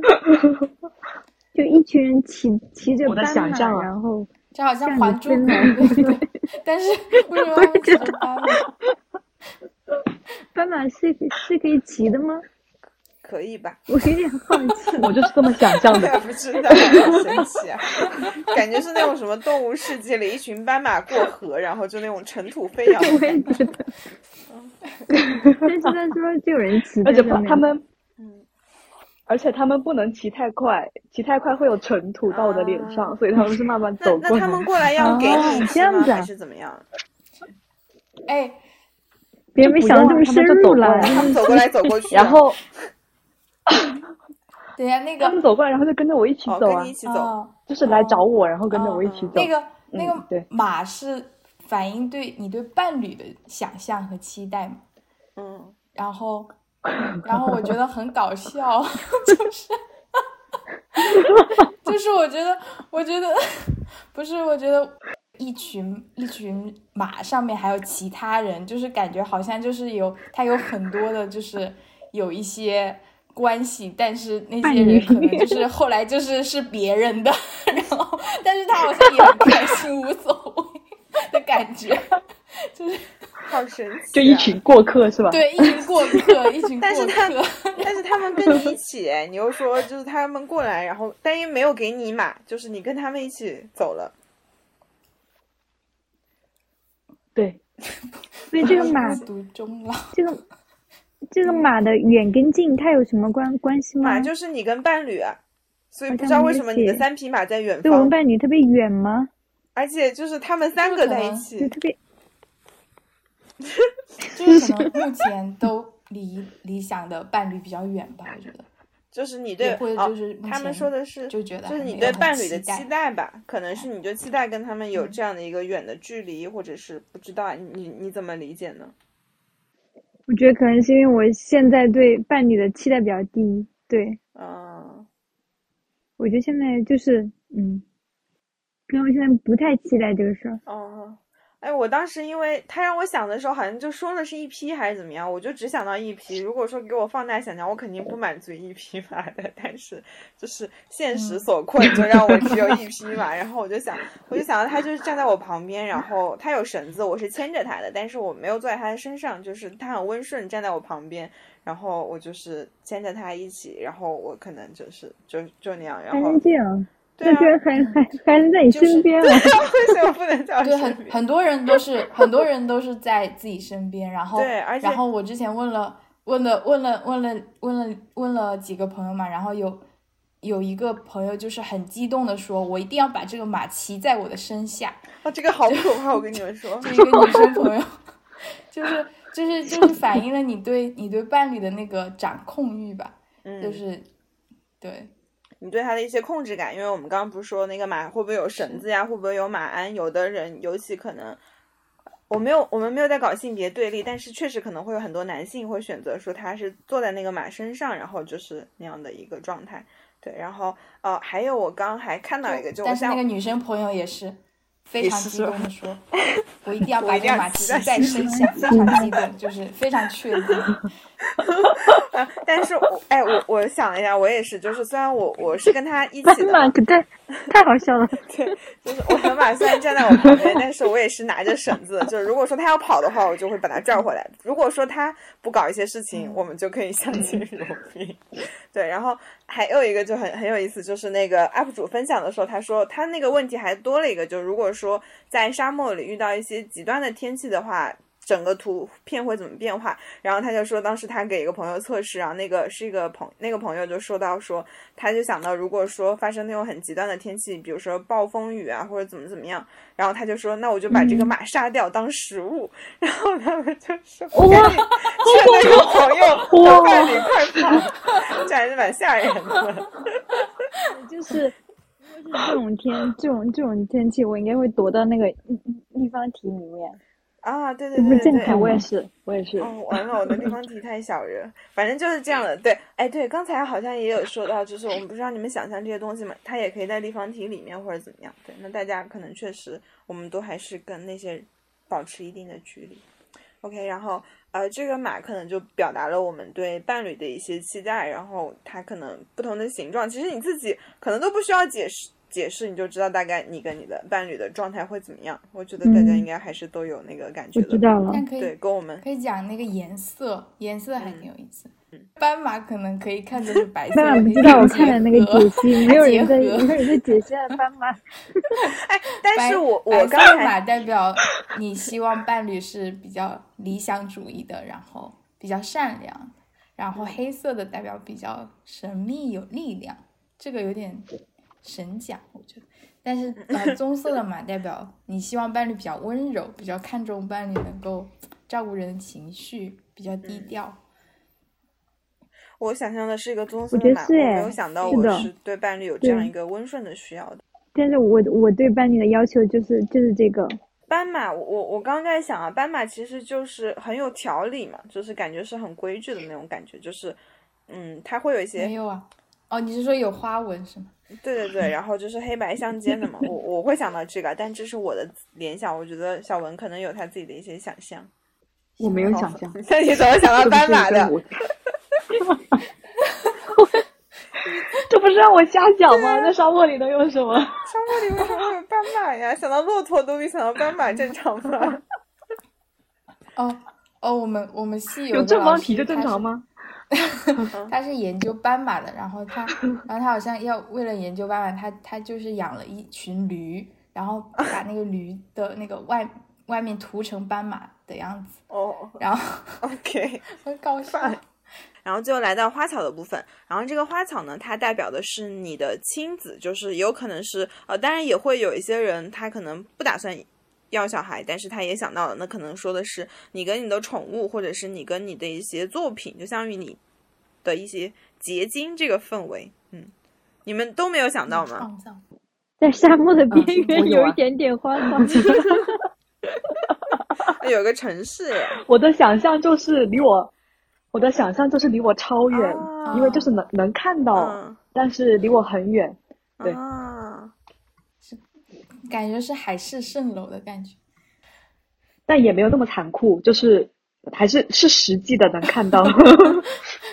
Speaker 4: 就一群人骑骑着
Speaker 3: 我的
Speaker 4: 斑
Speaker 3: 想
Speaker 4: 马，
Speaker 3: 象啊
Speaker 4: 然后
Speaker 2: 这好像《
Speaker 4: 向
Speaker 2: 还
Speaker 4: 你
Speaker 2: 珠
Speaker 4: 奔
Speaker 2: 格
Speaker 4: 来
Speaker 2: 格》
Speaker 3: [LAUGHS]
Speaker 2: 对，但是为什么他们骑着斑马？
Speaker 4: 斑马是是可以骑的吗？ [LAUGHS]
Speaker 1: 可以吧？
Speaker 4: 我有点好奇。
Speaker 3: 我就是这么想象
Speaker 1: 我
Speaker 3: 的。
Speaker 1: 也 [LAUGHS] 不知道，好神奇啊！感觉是那种什么《动物世界》里一群斑马过河，然后就那种尘土飞扬的
Speaker 4: [LAUGHS] 我也
Speaker 1: 感觉。
Speaker 4: 觉得，但是他说就有人骑
Speaker 3: 而
Speaker 4: 在
Speaker 3: 且
Speaker 4: 上
Speaker 3: 不
Speaker 4: 面，
Speaker 3: 他们
Speaker 1: 嗯，
Speaker 3: 而且他们不能骑太快，骑太快会有尘土到我的脸上，
Speaker 1: 啊
Speaker 3: 所以他们是慢慢
Speaker 1: 那
Speaker 3: 走
Speaker 1: 那
Speaker 3: 过
Speaker 1: 他们
Speaker 3: 来。
Speaker 1: 过来要给你
Speaker 4: 哦
Speaker 1: 吃
Speaker 4: 这样
Speaker 1: 吗？
Speaker 4: 子啊
Speaker 1: 还是怎么样？
Speaker 2: 哎，
Speaker 4: 别没想的这么深入了。
Speaker 3: 就不用啊
Speaker 1: 他们走过来走过去啊，
Speaker 3: 然后
Speaker 2: 等一下那个
Speaker 3: 他们走过来，然后就跟着我一起
Speaker 1: 哦，
Speaker 3: 走
Speaker 1: 跟
Speaker 3: 啊
Speaker 1: 你一，起走，
Speaker 2: 哦，
Speaker 3: 就是来找我，然后跟着
Speaker 2: 哦
Speaker 3: 我一起走。
Speaker 2: 那个那
Speaker 3: 嗯
Speaker 2: 个
Speaker 1: 啊
Speaker 3: 对
Speaker 2: 马是反映对你对伴侣的想象和期待嘛？
Speaker 1: 嗯，
Speaker 2: 然后，然后我觉得很搞笑， [LAUGHS] 就是，就是我觉得，我觉得不是，我觉得一群一群马上面还有其他人，就是感觉好像就是有他有很多的，就是有一些关系，但是那些人可能就是后来就是是别人的， [LAUGHS] 然后但是他好像也很开心，无所谓的感觉，就是
Speaker 1: 好神奇、啊，
Speaker 3: 就一群过客是吧？，
Speaker 2: 对一群过客，一群过
Speaker 1: 但是他
Speaker 2: 客。
Speaker 1: 但是他们跟你一起，你又说就是他们过来，然后但又没有给你马，就是你跟他们一起走了。
Speaker 3: 对，
Speaker 4: 所以这个
Speaker 2: [LAUGHS]
Speaker 4: 马，
Speaker 2: 孤独终老，
Speaker 4: 这个这个马的远跟近，它有什么关关系吗？
Speaker 1: 马就是你跟伴侣啊，所以
Speaker 4: 嗯好
Speaker 1: 不
Speaker 4: 像
Speaker 1: 知道
Speaker 4: 没
Speaker 1: 为
Speaker 4: 有
Speaker 1: 什么你的
Speaker 4: 写
Speaker 1: 三匹马在远
Speaker 4: 所以我们
Speaker 1: 方，
Speaker 4: 伴侣特别远吗？
Speaker 1: 而且就是他们三
Speaker 2: 这
Speaker 1: 个
Speaker 2: 个可
Speaker 1: 在一
Speaker 2: 能
Speaker 4: 就
Speaker 1: 起，
Speaker 4: 特别
Speaker 2: 就是可能目前都离理想的伴侣比较远吧，我觉得
Speaker 1: 就是你对
Speaker 2: 也会
Speaker 1: 哦
Speaker 2: 就是目
Speaker 1: 他们
Speaker 2: 前
Speaker 1: 说的是，
Speaker 2: 就觉得
Speaker 1: 就是
Speaker 2: 还
Speaker 1: 你
Speaker 2: 没
Speaker 1: 对
Speaker 2: 有
Speaker 1: 伴
Speaker 2: 很
Speaker 1: 侣的
Speaker 2: 期
Speaker 1: 期
Speaker 2: 待，嗯
Speaker 1: 待吧，可能是你就期待跟他们有这样的一个远的距离，或者是不知道啊你你怎么理解呢？
Speaker 4: 我觉得可能是因为我现在对伴侣的期待比较低，对，
Speaker 1: 嗯，
Speaker 4: 我觉得现在就是嗯，可能我现在不太期待这个事儿。
Speaker 1: 哦，哎，我当时因为他让我想的时候，好像就说的是一匹还是怎么样，我就只想到一匹。如果说给我放大想象，我肯定不满足于一匹马的，但是就是现实所困，就让我只有一匹马。然后我就想，我就想到他就是站在我旁边，然后他有绳子，我是牵着他的，但是我没有坐在他的身上，就是他很温顺站在我旁边。然后我就是牵着他一起，然后我可能就是就就那样，然
Speaker 4: 还
Speaker 1: 后
Speaker 4: 能这样，
Speaker 1: 对啊
Speaker 4: 那，居然还还还能在你
Speaker 2: 就是
Speaker 4: 身边啊！
Speaker 1: [LAUGHS] 为什么不能在我
Speaker 2: 对，
Speaker 1: 身
Speaker 2: 很
Speaker 1: 边？
Speaker 2: 很多人都是很多人都是在自己身边，然后
Speaker 1: 对而且
Speaker 2: 然后我之前问了问了问了问了问了问了几个朋友嘛，然后有有一个朋友就是很激动的说，我一定要把这个马骑在我的身下，
Speaker 1: 哦啊，这个好可怕！我跟你们说，
Speaker 2: 就一个女生朋友， [LAUGHS] 就是就是就是反映了你对你对伴侣的那个掌控欲吧，
Speaker 1: 嗯，
Speaker 2: 就是对，
Speaker 1: 你对它的一些控制感，因为我们刚刚不是说那个马会不会有绳子呀，会不会有马鞍？有的人尤其可能，我没有我们没有在搞性别对立，但是确实可能会有很多男性会选择说他是坐在那个马身上，然后就是那样的一个状态。对，然后呃，还有我刚刚还看到一个，就我
Speaker 2: 但是那
Speaker 1: 像
Speaker 2: 个女生朋友也是非常
Speaker 1: 也是
Speaker 2: 激动
Speaker 1: [LAUGHS]
Speaker 2: 的说，我一定要
Speaker 1: 我
Speaker 2: 把
Speaker 1: 一
Speaker 2: 这
Speaker 1: 定
Speaker 2: 个
Speaker 1: 要
Speaker 2: 马
Speaker 1: 骑
Speaker 2: 骑
Speaker 1: 在
Speaker 2: 在
Speaker 1: 身
Speaker 2: 身下，
Speaker 1: [LAUGHS]
Speaker 2: 非常激动，就是非常确定。
Speaker 1: 但是我哎，我我想了一下，我也是，就是虽然我我是跟他一
Speaker 4: 斑
Speaker 1: 起的嘛
Speaker 4: [LAUGHS] 马，可太太好笑了。
Speaker 1: 就是我的马虽然站在我旁边， [LAUGHS] 但是我也是拿着绳子。就是如果说他要跑的话，我就会把他拽回来；如果说他不搞一些事情，我们就可以相敬如宾。对，然后还有一个就很很有意思，就是那个 UP 主分享的时候，他说他那个问题还多了一个，就如果说在沙漠里遇到一些极端的天气的话。整个图片会怎么变化？然后他就说，当时他给一个朋友测试，然后那个是一个朋，那个朋友就说到说，他就想到，如果说发生那种很极端的天气，比如说暴风雨啊，或者怎么怎么样，然后他就说，那我就把这个马杀掉当食物。 [LAUGHS] 然后他们就说，赶紧劝那个朋
Speaker 3: 哦
Speaker 1: 友，快点快跑， [LAUGHS] 这还是蛮吓人的。
Speaker 4: 就是如果是这种天，这种这种天气，我应该会躲到那个立立方体里面。
Speaker 1: 啊，对对
Speaker 4: 这不
Speaker 1: 对对
Speaker 4: 健
Speaker 1: 对
Speaker 4: 康，
Speaker 3: 哎我也是，我也是。
Speaker 1: 哦，完了，我的地方题太小了，反正就是这样的。对，哎，对，刚才好像也有说到，就是我们不是让你们想象这些东西嘛，它也可以在立方体里面或者怎么样。对，那大家可能确实，我们都还是跟那些保持一定的距离。OK，然后呃，这个马可能就表达了我们对伴侣的一些期待，然后它可能不同的形状，其实你自己可能都不需要解释解释，你就知道大概你跟你的伴侣的状态会怎么样。我觉得大家
Speaker 4: 嗯
Speaker 1: 应该还是都有那个感觉
Speaker 4: 我
Speaker 1: 的。
Speaker 4: 知道了，
Speaker 2: 但可以
Speaker 1: 对，嗯跟我们
Speaker 2: 可以讲那个颜色，颜色还挺有意思。斑马可能可以看成是白色，
Speaker 4: 斑马
Speaker 2: 可
Speaker 4: 不
Speaker 2: 以
Speaker 4: 知道我
Speaker 2: 结
Speaker 4: 看了那个
Speaker 2: 合
Speaker 4: 解析，没有人在，没
Speaker 2: 结合
Speaker 4: 有人在解析啊斑
Speaker 2: [LAUGHS]
Speaker 4: 马。
Speaker 1: 哎但
Speaker 2: 白
Speaker 1: 是我
Speaker 2: 白
Speaker 1: 我
Speaker 2: 色
Speaker 1: 刚才
Speaker 2: 马代表你希望伴侣是比较理想主义的，然后比较善良的，然
Speaker 1: 嗯
Speaker 2: 后黑色的代表比较神秘有力量，这个有点神讲，我觉得。但
Speaker 1: [LAUGHS]
Speaker 2: 是呃，棕色的马代表你希望伴侣比较温柔，比较看重伴侣能够照顾人的情绪，比较
Speaker 1: 嗯
Speaker 2: 低调。
Speaker 1: 我想象的是一个棕色
Speaker 4: 我
Speaker 1: 的
Speaker 4: 觉得
Speaker 1: 马，我
Speaker 4: 是
Speaker 1: 没
Speaker 4: 哎
Speaker 1: 有想到
Speaker 4: 是
Speaker 1: 我
Speaker 4: 的
Speaker 1: 是对伴侣有这样
Speaker 4: 对
Speaker 1: 一个温顺的需要的。
Speaker 4: 但是我我对伴侣的要求就是就是这个，
Speaker 1: 斑马，我我我刚刚在想啊，斑马其实就是很有条理嘛，就是感觉是很规矩的那种感觉，就是嗯，它会有一些
Speaker 3: 哎
Speaker 2: 没有啊？哦，你是说有花纹是吗？
Speaker 1: 对对
Speaker 3: [LAUGHS]
Speaker 1: 对，然后就是黑白相间的嘛，我我会想到这个，但这是我的联想，我觉得小文可能有他自己的一些想象。
Speaker 3: 我没有
Speaker 1: 好啊
Speaker 3: 想
Speaker 1: [LAUGHS]
Speaker 3: 象，
Speaker 1: 那你怎么想到
Speaker 3: 这不
Speaker 1: 斑
Speaker 3: 是
Speaker 1: 马
Speaker 3: 一个
Speaker 1: 的？
Speaker 3: 我， [LAUGHS] 这不是让我瞎讲
Speaker 1: 啊
Speaker 3: 吗？那沙漠里能有什么？
Speaker 1: 沙漠里为什么会有斑马呀？想到骆驼都比想到斑马正常吧？
Speaker 2: 哦哦，我们我们系
Speaker 3: 有
Speaker 2: 个
Speaker 3: 正
Speaker 2: 老
Speaker 3: 方体
Speaker 2: 师
Speaker 3: 就正
Speaker 2: 他是
Speaker 3: 常吗？
Speaker 2: 他是研究斑马的，然后
Speaker 1: [LAUGHS]
Speaker 2: 他，然后他好像要为了研究斑马，他他就是养了一群驴，然后把那个驴的那个外外面涂成斑马的样子，
Speaker 1: 哦 [LAUGHS]
Speaker 2: 然后
Speaker 1: ，OK。
Speaker 2: 很搞笑。
Speaker 1: 然后就来到花草的部分。然后这个花草呢，它代表的是你的亲子，就是有可能是呃，当然也会有一些人他可能不打算要小孩，但是他也想到了，那可能说的是你跟你的宠物，或者是你跟你的一些作品，就相当于你的一些结晶这个氛围。嗯，你们都没有想到吗？
Speaker 2: 创造，
Speaker 4: 在沙漠的
Speaker 3: 嗯
Speaker 4: 边
Speaker 3: 我
Speaker 4: 缘
Speaker 3: 有啊
Speaker 4: 一点点花草。 [LAUGHS]
Speaker 1: 有个城市耶，
Speaker 3: 我的想象就是离我，我的想象就是离我超远，
Speaker 1: 啊
Speaker 3: 因为就是能能看到，
Speaker 1: 嗯
Speaker 3: 但是离我很远。哦对
Speaker 1: 啊，
Speaker 2: 感觉是海市蜃楼的感觉。
Speaker 3: 但也没有那么残酷，就是还是是实际的能看
Speaker 1: [LAUGHS]
Speaker 3: 到。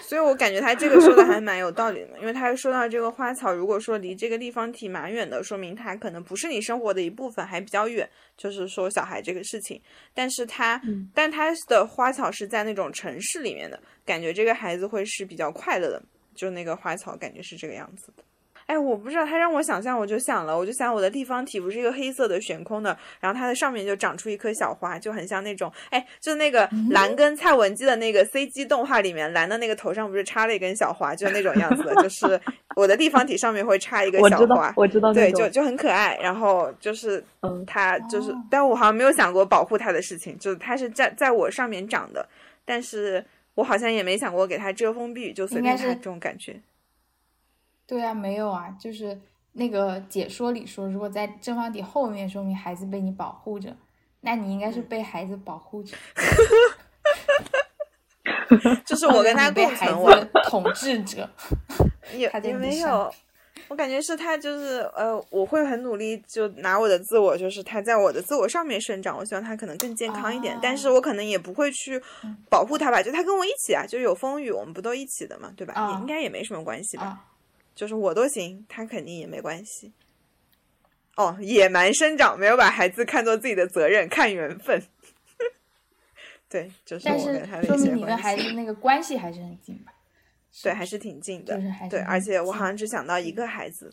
Speaker 1: 所以我感觉他这个说的还蛮有道理的嘛，因为他说到这个花草，如果说离这个立方体蛮远的，说明它可能不是你生活的一部分，还比较远。就是说小孩这个事情，但是他，
Speaker 3: 嗯
Speaker 1: 但他的花草是在那种城市里面的，感觉这个孩子会是比较快乐的，就那个花草感觉是这个样子的。哎，我不知道，它让我想象，我就想了，我就想我的立方体不是一个黑色的悬空的，然后它的上面就长出一颗小花，就很像那种，哎，就那个
Speaker 3: 嗯
Speaker 1: 蓝跟蔡文姬的那个 CG 动画里面，蓝的那个头上不是插了一根小花，就那种样子的，
Speaker 3: [LAUGHS]
Speaker 1: 就是我的立方体上面会插一个
Speaker 3: 我
Speaker 1: 小
Speaker 3: 知道
Speaker 1: 花，，
Speaker 3: 我知道那
Speaker 1: 对，
Speaker 3: 种
Speaker 1: 就就很可爱。然后就是
Speaker 3: 嗯
Speaker 1: 它就是
Speaker 2: 哦，
Speaker 1: 但我好像没有想过保护它的事情，就是它是在在我上面长的，但是我好像也没想过给它遮风避雨，就随
Speaker 2: 应
Speaker 1: 便
Speaker 2: 该
Speaker 1: 它
Speaker 2: 是
Speaker 1: 这种感觉。
Speaker 2: 对啊，没有啊，就是那个解说里说，如果在正方体后面，说明孩子被你保护着，那你应该
Speaker 1: 嗯
Speaker 2: 是被孩子保护着，
Speaker 1: 就是我
Speaker 2: [LAUGHS]
Speaker 1: 跟它
Speaker 2: 或者你被
Speaker 1: 共
Speaker 2: 孩
Speaker 1: 存，
Speaker 2: 子
Speaker 1: 我
Speaker 2: 的统治者。 [LAUGHS]
Speaker 1: 也
Speaker 2: 他在
Speaker 1: 也
Speaker 2: 你的
Speaker 1: 没
Speaker 2: 上
Speaker 1: 有，我感觉是他就是呃，我会很努力，就拿我的自我，就是他在我的自我上面生长，我希望他可能更健康一点，但是
Speaker 2: 哦
Speaker 1: 我可能也不会去
Speaker 2: 嗯
Speaker 1: 保护他吧，就他跟我一起啊，就有风雨我们不都一起的嘛，对吧？也
Speaker 2: 啊
Speaker 1: 应该也没什么关系吧，
Speaker 2: 啊，
Speaker 1: 就是我都行，他肯定也没关系。哦，野蛮生长，没有把孩子看作自己的责任，看缘分。 [LAUGHS] 对，就是
Speaker 2: 但
Speaker 1: 我
Speaker 2: 是
Speaker 1: 跟他的
Speaker 2: 说
Speaker 1: 一些
Speaker 2: 明你跟
Speaker 1: 关
Speaker 2: 孩
Speaker 1: 系。
Speaker 2: 子那个关系还是很近吧？
Speaker 1: 对，还是挺近的，
Speaker 2: 就是还是
Speaker 1: 对，
Speaker 2: 很
Speaker 1: 而且我
Speaker 2: 近
Speaker 1: 好像只想到一个孩子，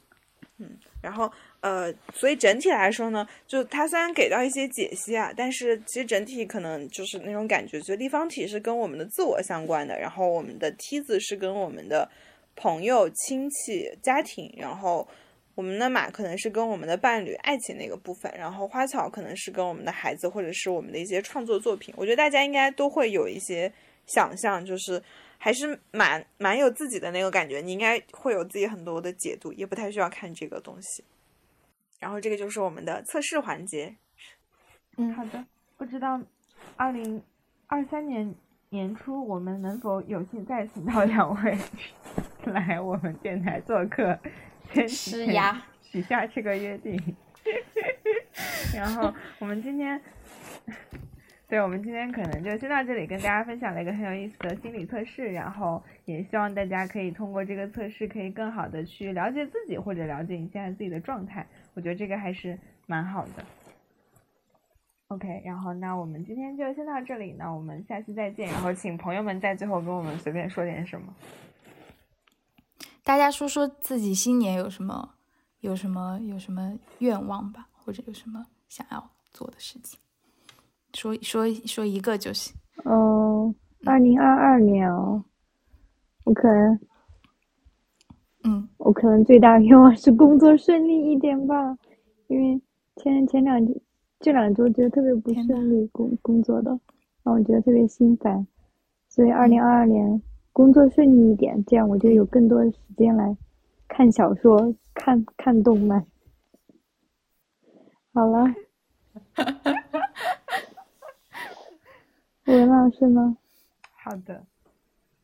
Speaker 1: 嗯，然后呃，所以整体来说呢，就它虽然给到一些解析啊，但是其实整体可能就是那种感觉，就立方体是跟我们的自我相关的，然后我们的梯子是跟我们的朋友、亲戚、家庭，然后我们的马可能是跟我们的伴侣、爱情那个部分，然后花草可能是跟我们的孩子或者是我们的一些创作作品。我觉得大家应该都会有一些想象，就是还是蛮蛮有自己的那个感觉，你应该会有自己很多的解读，也不太需要看这个东西。然后这个就是我们的测试环节。
Speaker 2: 嗯，
Speaker 1: 的，不知道二零二三年年初我们能否有幸再请到两位 [LAUGHS] 来我们电台做客？先
Speaker 2: 是呀，
Speaker 1: 许下这个约定。 [LAUGHS] 然后我们今天，对，我们今天可能就先到这里，跟大家分享了一个很有意思的心理测试，然后也希望大家可以通过这个测试，可以更好的去了解自己或者了解一下自己的状态，我觉得这个还是蛮好的。OK，然后那我们今天就先到这里，那我们下期再见，然后请朋友们在最后跟我们随便说点什么。
Speaker 2: 大家说说自己新年有什么、有什么、有什么愿望吧，或者有什么想要做的事情，说说说一个就行。
Speaker 4: 哦，二零二二年哦，我可能
Speaker 2: 嗯，
Speaker 4: 我可能最大的愿望是工作顺利一点吧，因为前前两天这两周觉得特别不
Speaker 2: 天呐
Speaker 4: 顺利工工作的，让我觉得特别心烦，所以二零二二年工作顺利一点，这样我就有更多的时间来看小说、看看动漫。好了，文老师呢？
Speaker 1: 好的，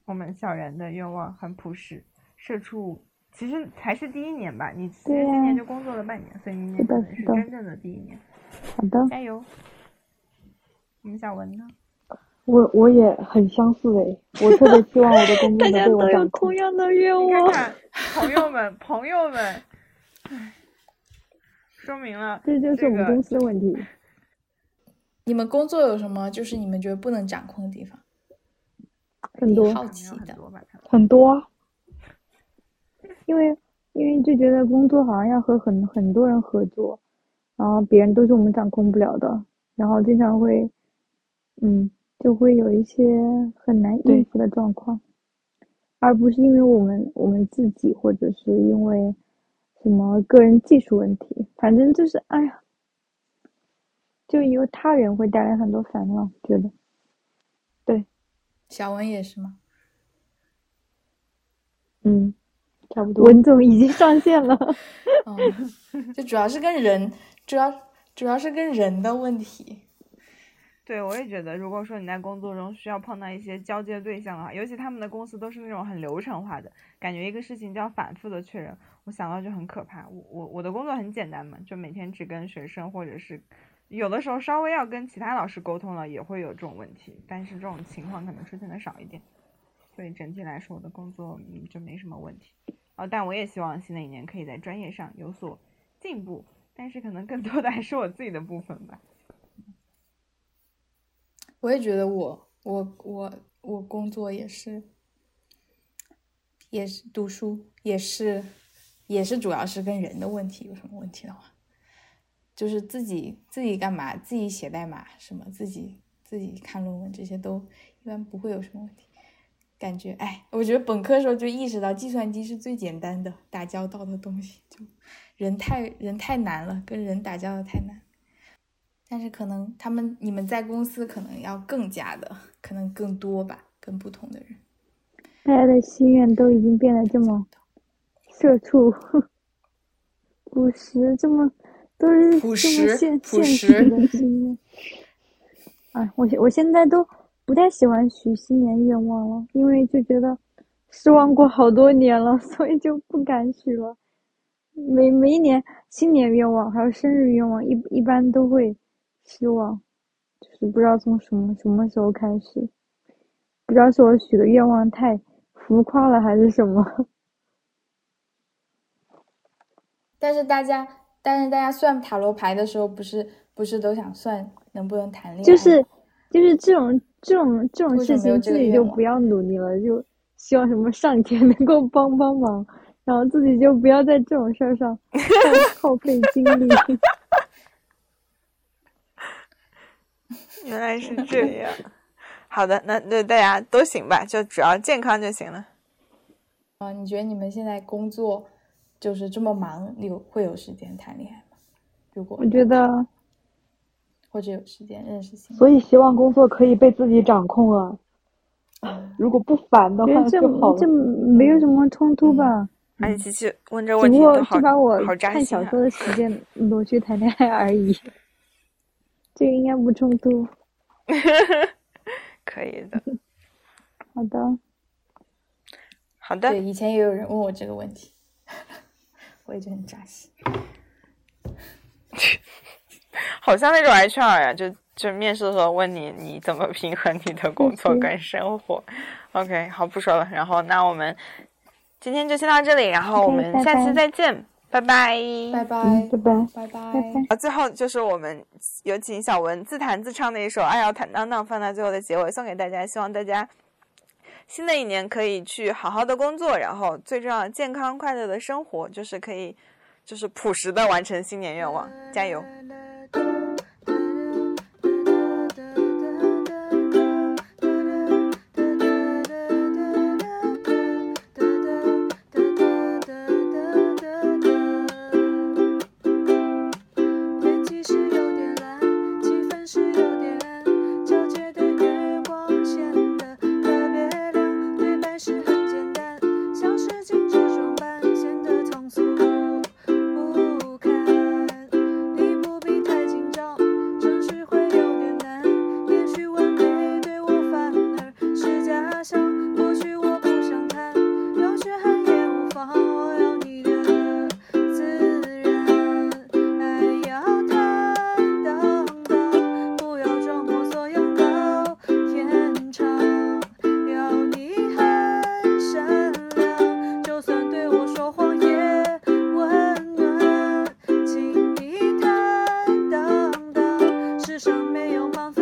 Speaker 1: 我们小然的愿望很朴实，社畜其实才是第一年吧，你其实
Speaker 4: 对
Speaker 1: 今年
Speaker 4: 呀
Speaker 1: 就工作了半年，所以明年
Speaker 4: 是的
Speaker 1: 可能是
Speaker 4: 是的
Speaker 1: 真正的第一年，
Speaker 4: 好的，
Speaker 1: 加油！我们小文呢？
Speaker 3: 我我也很相似诶，我特别希望我的工 [LAUGHS] 作能被我掌控。
Speaker 4: 样的愿
Speaker 1: 你看看朋友们，朋友们，唉说明了
Speaker 4: 这就是我们
Speaker 1: 个
Speaker 4: 公司的问题。
Speaker 2: 你们工作有什么就是你们觉得不能掌控的地方？
Speaker 4: 很多
Speaker 2: 挺好
Speaker 1: 可能有
Speaker 2: 奇
Speaker 1: 很
Speaker 2: 的。
Speaker 1: 多吧，可能
Speaker 3: 很多啊，
Speaker 4: 因为因为就觉得工作好像要和很很多人合作，然后别人都是我们掌控不了的，然后经常会，嗯，就会有一些很难应
Speaker 3: 对
Speaker 4: 付的状况，而不是因为我们我们自己，或者是因为什么个人技术问题，反正就是哎呀，就由他人会带来很多烦恼，觉得
Speaker 2: 小文也是吗？
Speaker 3: 嗯，差不多。
Speaker 4: 文总已经上线了。
Speaker 2: 嗯， [LAUGHS] 就主要是跟人，主要主要是跟人的问题。
Speaker 1: 对，我也觉得，如果说你在工作中需要碰到一些交接对象的啊话，尤其他们的公司都是那种很流程化的，感觉一个事情就要反复的确认，我想到就很可怕。我我我的工作很简单嘛，就每天只跟学生或者是有的时候稍微要跟其他老师沟通了，也会有这种问题，但是这种情况可能出现的少一点。所以整体来说，我的工作嗯就没什么问题。哦，但我也希望新的一年可以在专业上有所进步，但是可能更多的还是我自己的部分吧。
Speaker 2: 我也觉得我我我我工作也是，也是读书也是也是主要是跟人的问题有什么问题的话，就是自己自己干嘛，自己写代码什么，自己自己看论文这些都一般不会有什么问题。感觉哎，我觉得本科时候就意识到计算机是最简单的打交道的东西，就人太人太难了，跟人打交道太难。但是可能他们你们在公司可能要更加的，可能更多吧，跟不同的人。
Speaker 4: [LAUGHS] 大家的心愿都已经变得这么社畜，朴实，这么都
Speaker 1: 朴
Speaker 4: 是这么
Speaker 1: 实
Speaker 4: 现
Speaker 1: 朴
Speaker 4: 现
Speaker 1: 实
Speaker 4: 实的心愿。哎，我现我现在都不太喜欢许新年愿望了，因为就觉得失望过好多年了， [LAUGHS] 所以就不敢许了。每每一年新年愿望还有生日愿望，一一般都会失望，就是不知道从什么什么时候开始，不知道是我许的愿望太浮夸了还是什么。
Speaker 2: 但是大家，但是大家算塔罗牌的时候，不是不是都想算能不能谈恋爱吗？
Speaker 4: 就是就是这种这种这种
Speaker 2: 嗯为什
Speaker 4: 事
Speaker 2: 么没有
Speaker 4: 情，
Speaker 2: 这
Speaker 4: 自
Speaker 2: 个
Speaker 4: 己
Speaker 2: 愿
Speaker 4: 就
Speaker 2: 望
Speaker 4: 不要努力了，就希望什么上天 [LAUGHS] 能够帮帮忙，然后自己就不要在这种事儿上耗耗费精力。
Speaker 1: 原来是
Speaker 4: [LAUGHS]
Speaker 1: 这样。好的，那对大家都行吧，就只要健康就行了。
Speaker 2: 啊，你觉得你们现在工作就是这么忙，有会有时间谈恋爱吗？如果
Speaker 4: 我觉得，
Speaker 2: 或者有时间认识新的
Speaker 3: 所以希望工作可以被自己掌控啊。如果不烦的
Speaker 4: 觉
Speaker 3: 话
Speaker 4: 得这
Speaker 3: 就好
Speaker 4: 这
Speaker 3: 了。
Speaker 4: 没有什么冲突吧，
Speaker 1: 哎，琪琪问这
Speaker 4: 嗯只
Speaker 1: 问
Speaker 4: 不
Speaker 1: 题
Speaker 4: 过
Speaker 1: 都好
Speaker 4: 就把我
Speaker 1: 好扎
Speaker 4: 看
Speaker 1: 心
Speaker 4: 小
Speaker 1: 啊
Speaker 4: 说！的时间挪去谈恋爱而已， [LAUGHS] 这个应该不冲突。
Speaker 1: 可以的，
Speaker 4: 嗯好的，嗯
Speaker 1: 好的，
Speaker 2: 对，以前也有人问我这个问题， [LAUGHS] 我也觉得很扎心。
Speaker 4: 嗯
Speaker 1: 好像那种 HR 呀，就就面试的时候问你你怎么平衡你的工
Speaker 4: 嗯
Speaker 1: 作跟生活。OK，好，不说了。然后那我们今天就先到这里，然后我
Speaker 4: OK，
Speaker 1: 们
Speaker 4: 拜
Speaker 1: 下期
Speaker 4: 拜
Speaker 1: 再见，拜拜。
Speaker 2: 拜拜
Speaker 4: 嗯，，拜拜，
Speaker 2: 拜
Speaker 4: 拜
Speaker 2: 拜
Speaker 4: 拜。。
Speaker 1: 啊，最后就是我们有请小文自弹自唱的一首《爱要坦荡荡》，放在最后的结尾送给大家，希望大家新的一年可以去好好的工作，然后最重要健康快乐的生活，就是可以就是朴实的完成新年愿望，加油！
Speaker 5: 天气是有点蓝，气氛是有点暗，皎洁的月光显得特别亮。对白是很简单，像是精致装扮，显得通俗不堪。你不必太紧张，真实会有点难。也许完美对我反而是假象，或许我不想谈，有缺憾也无妨。我要你的自然。爱要坦荡荡，不要装模作样到天长。要你很善良，就算对我说谎也温暖。请你坦荡荡，世上没有满分。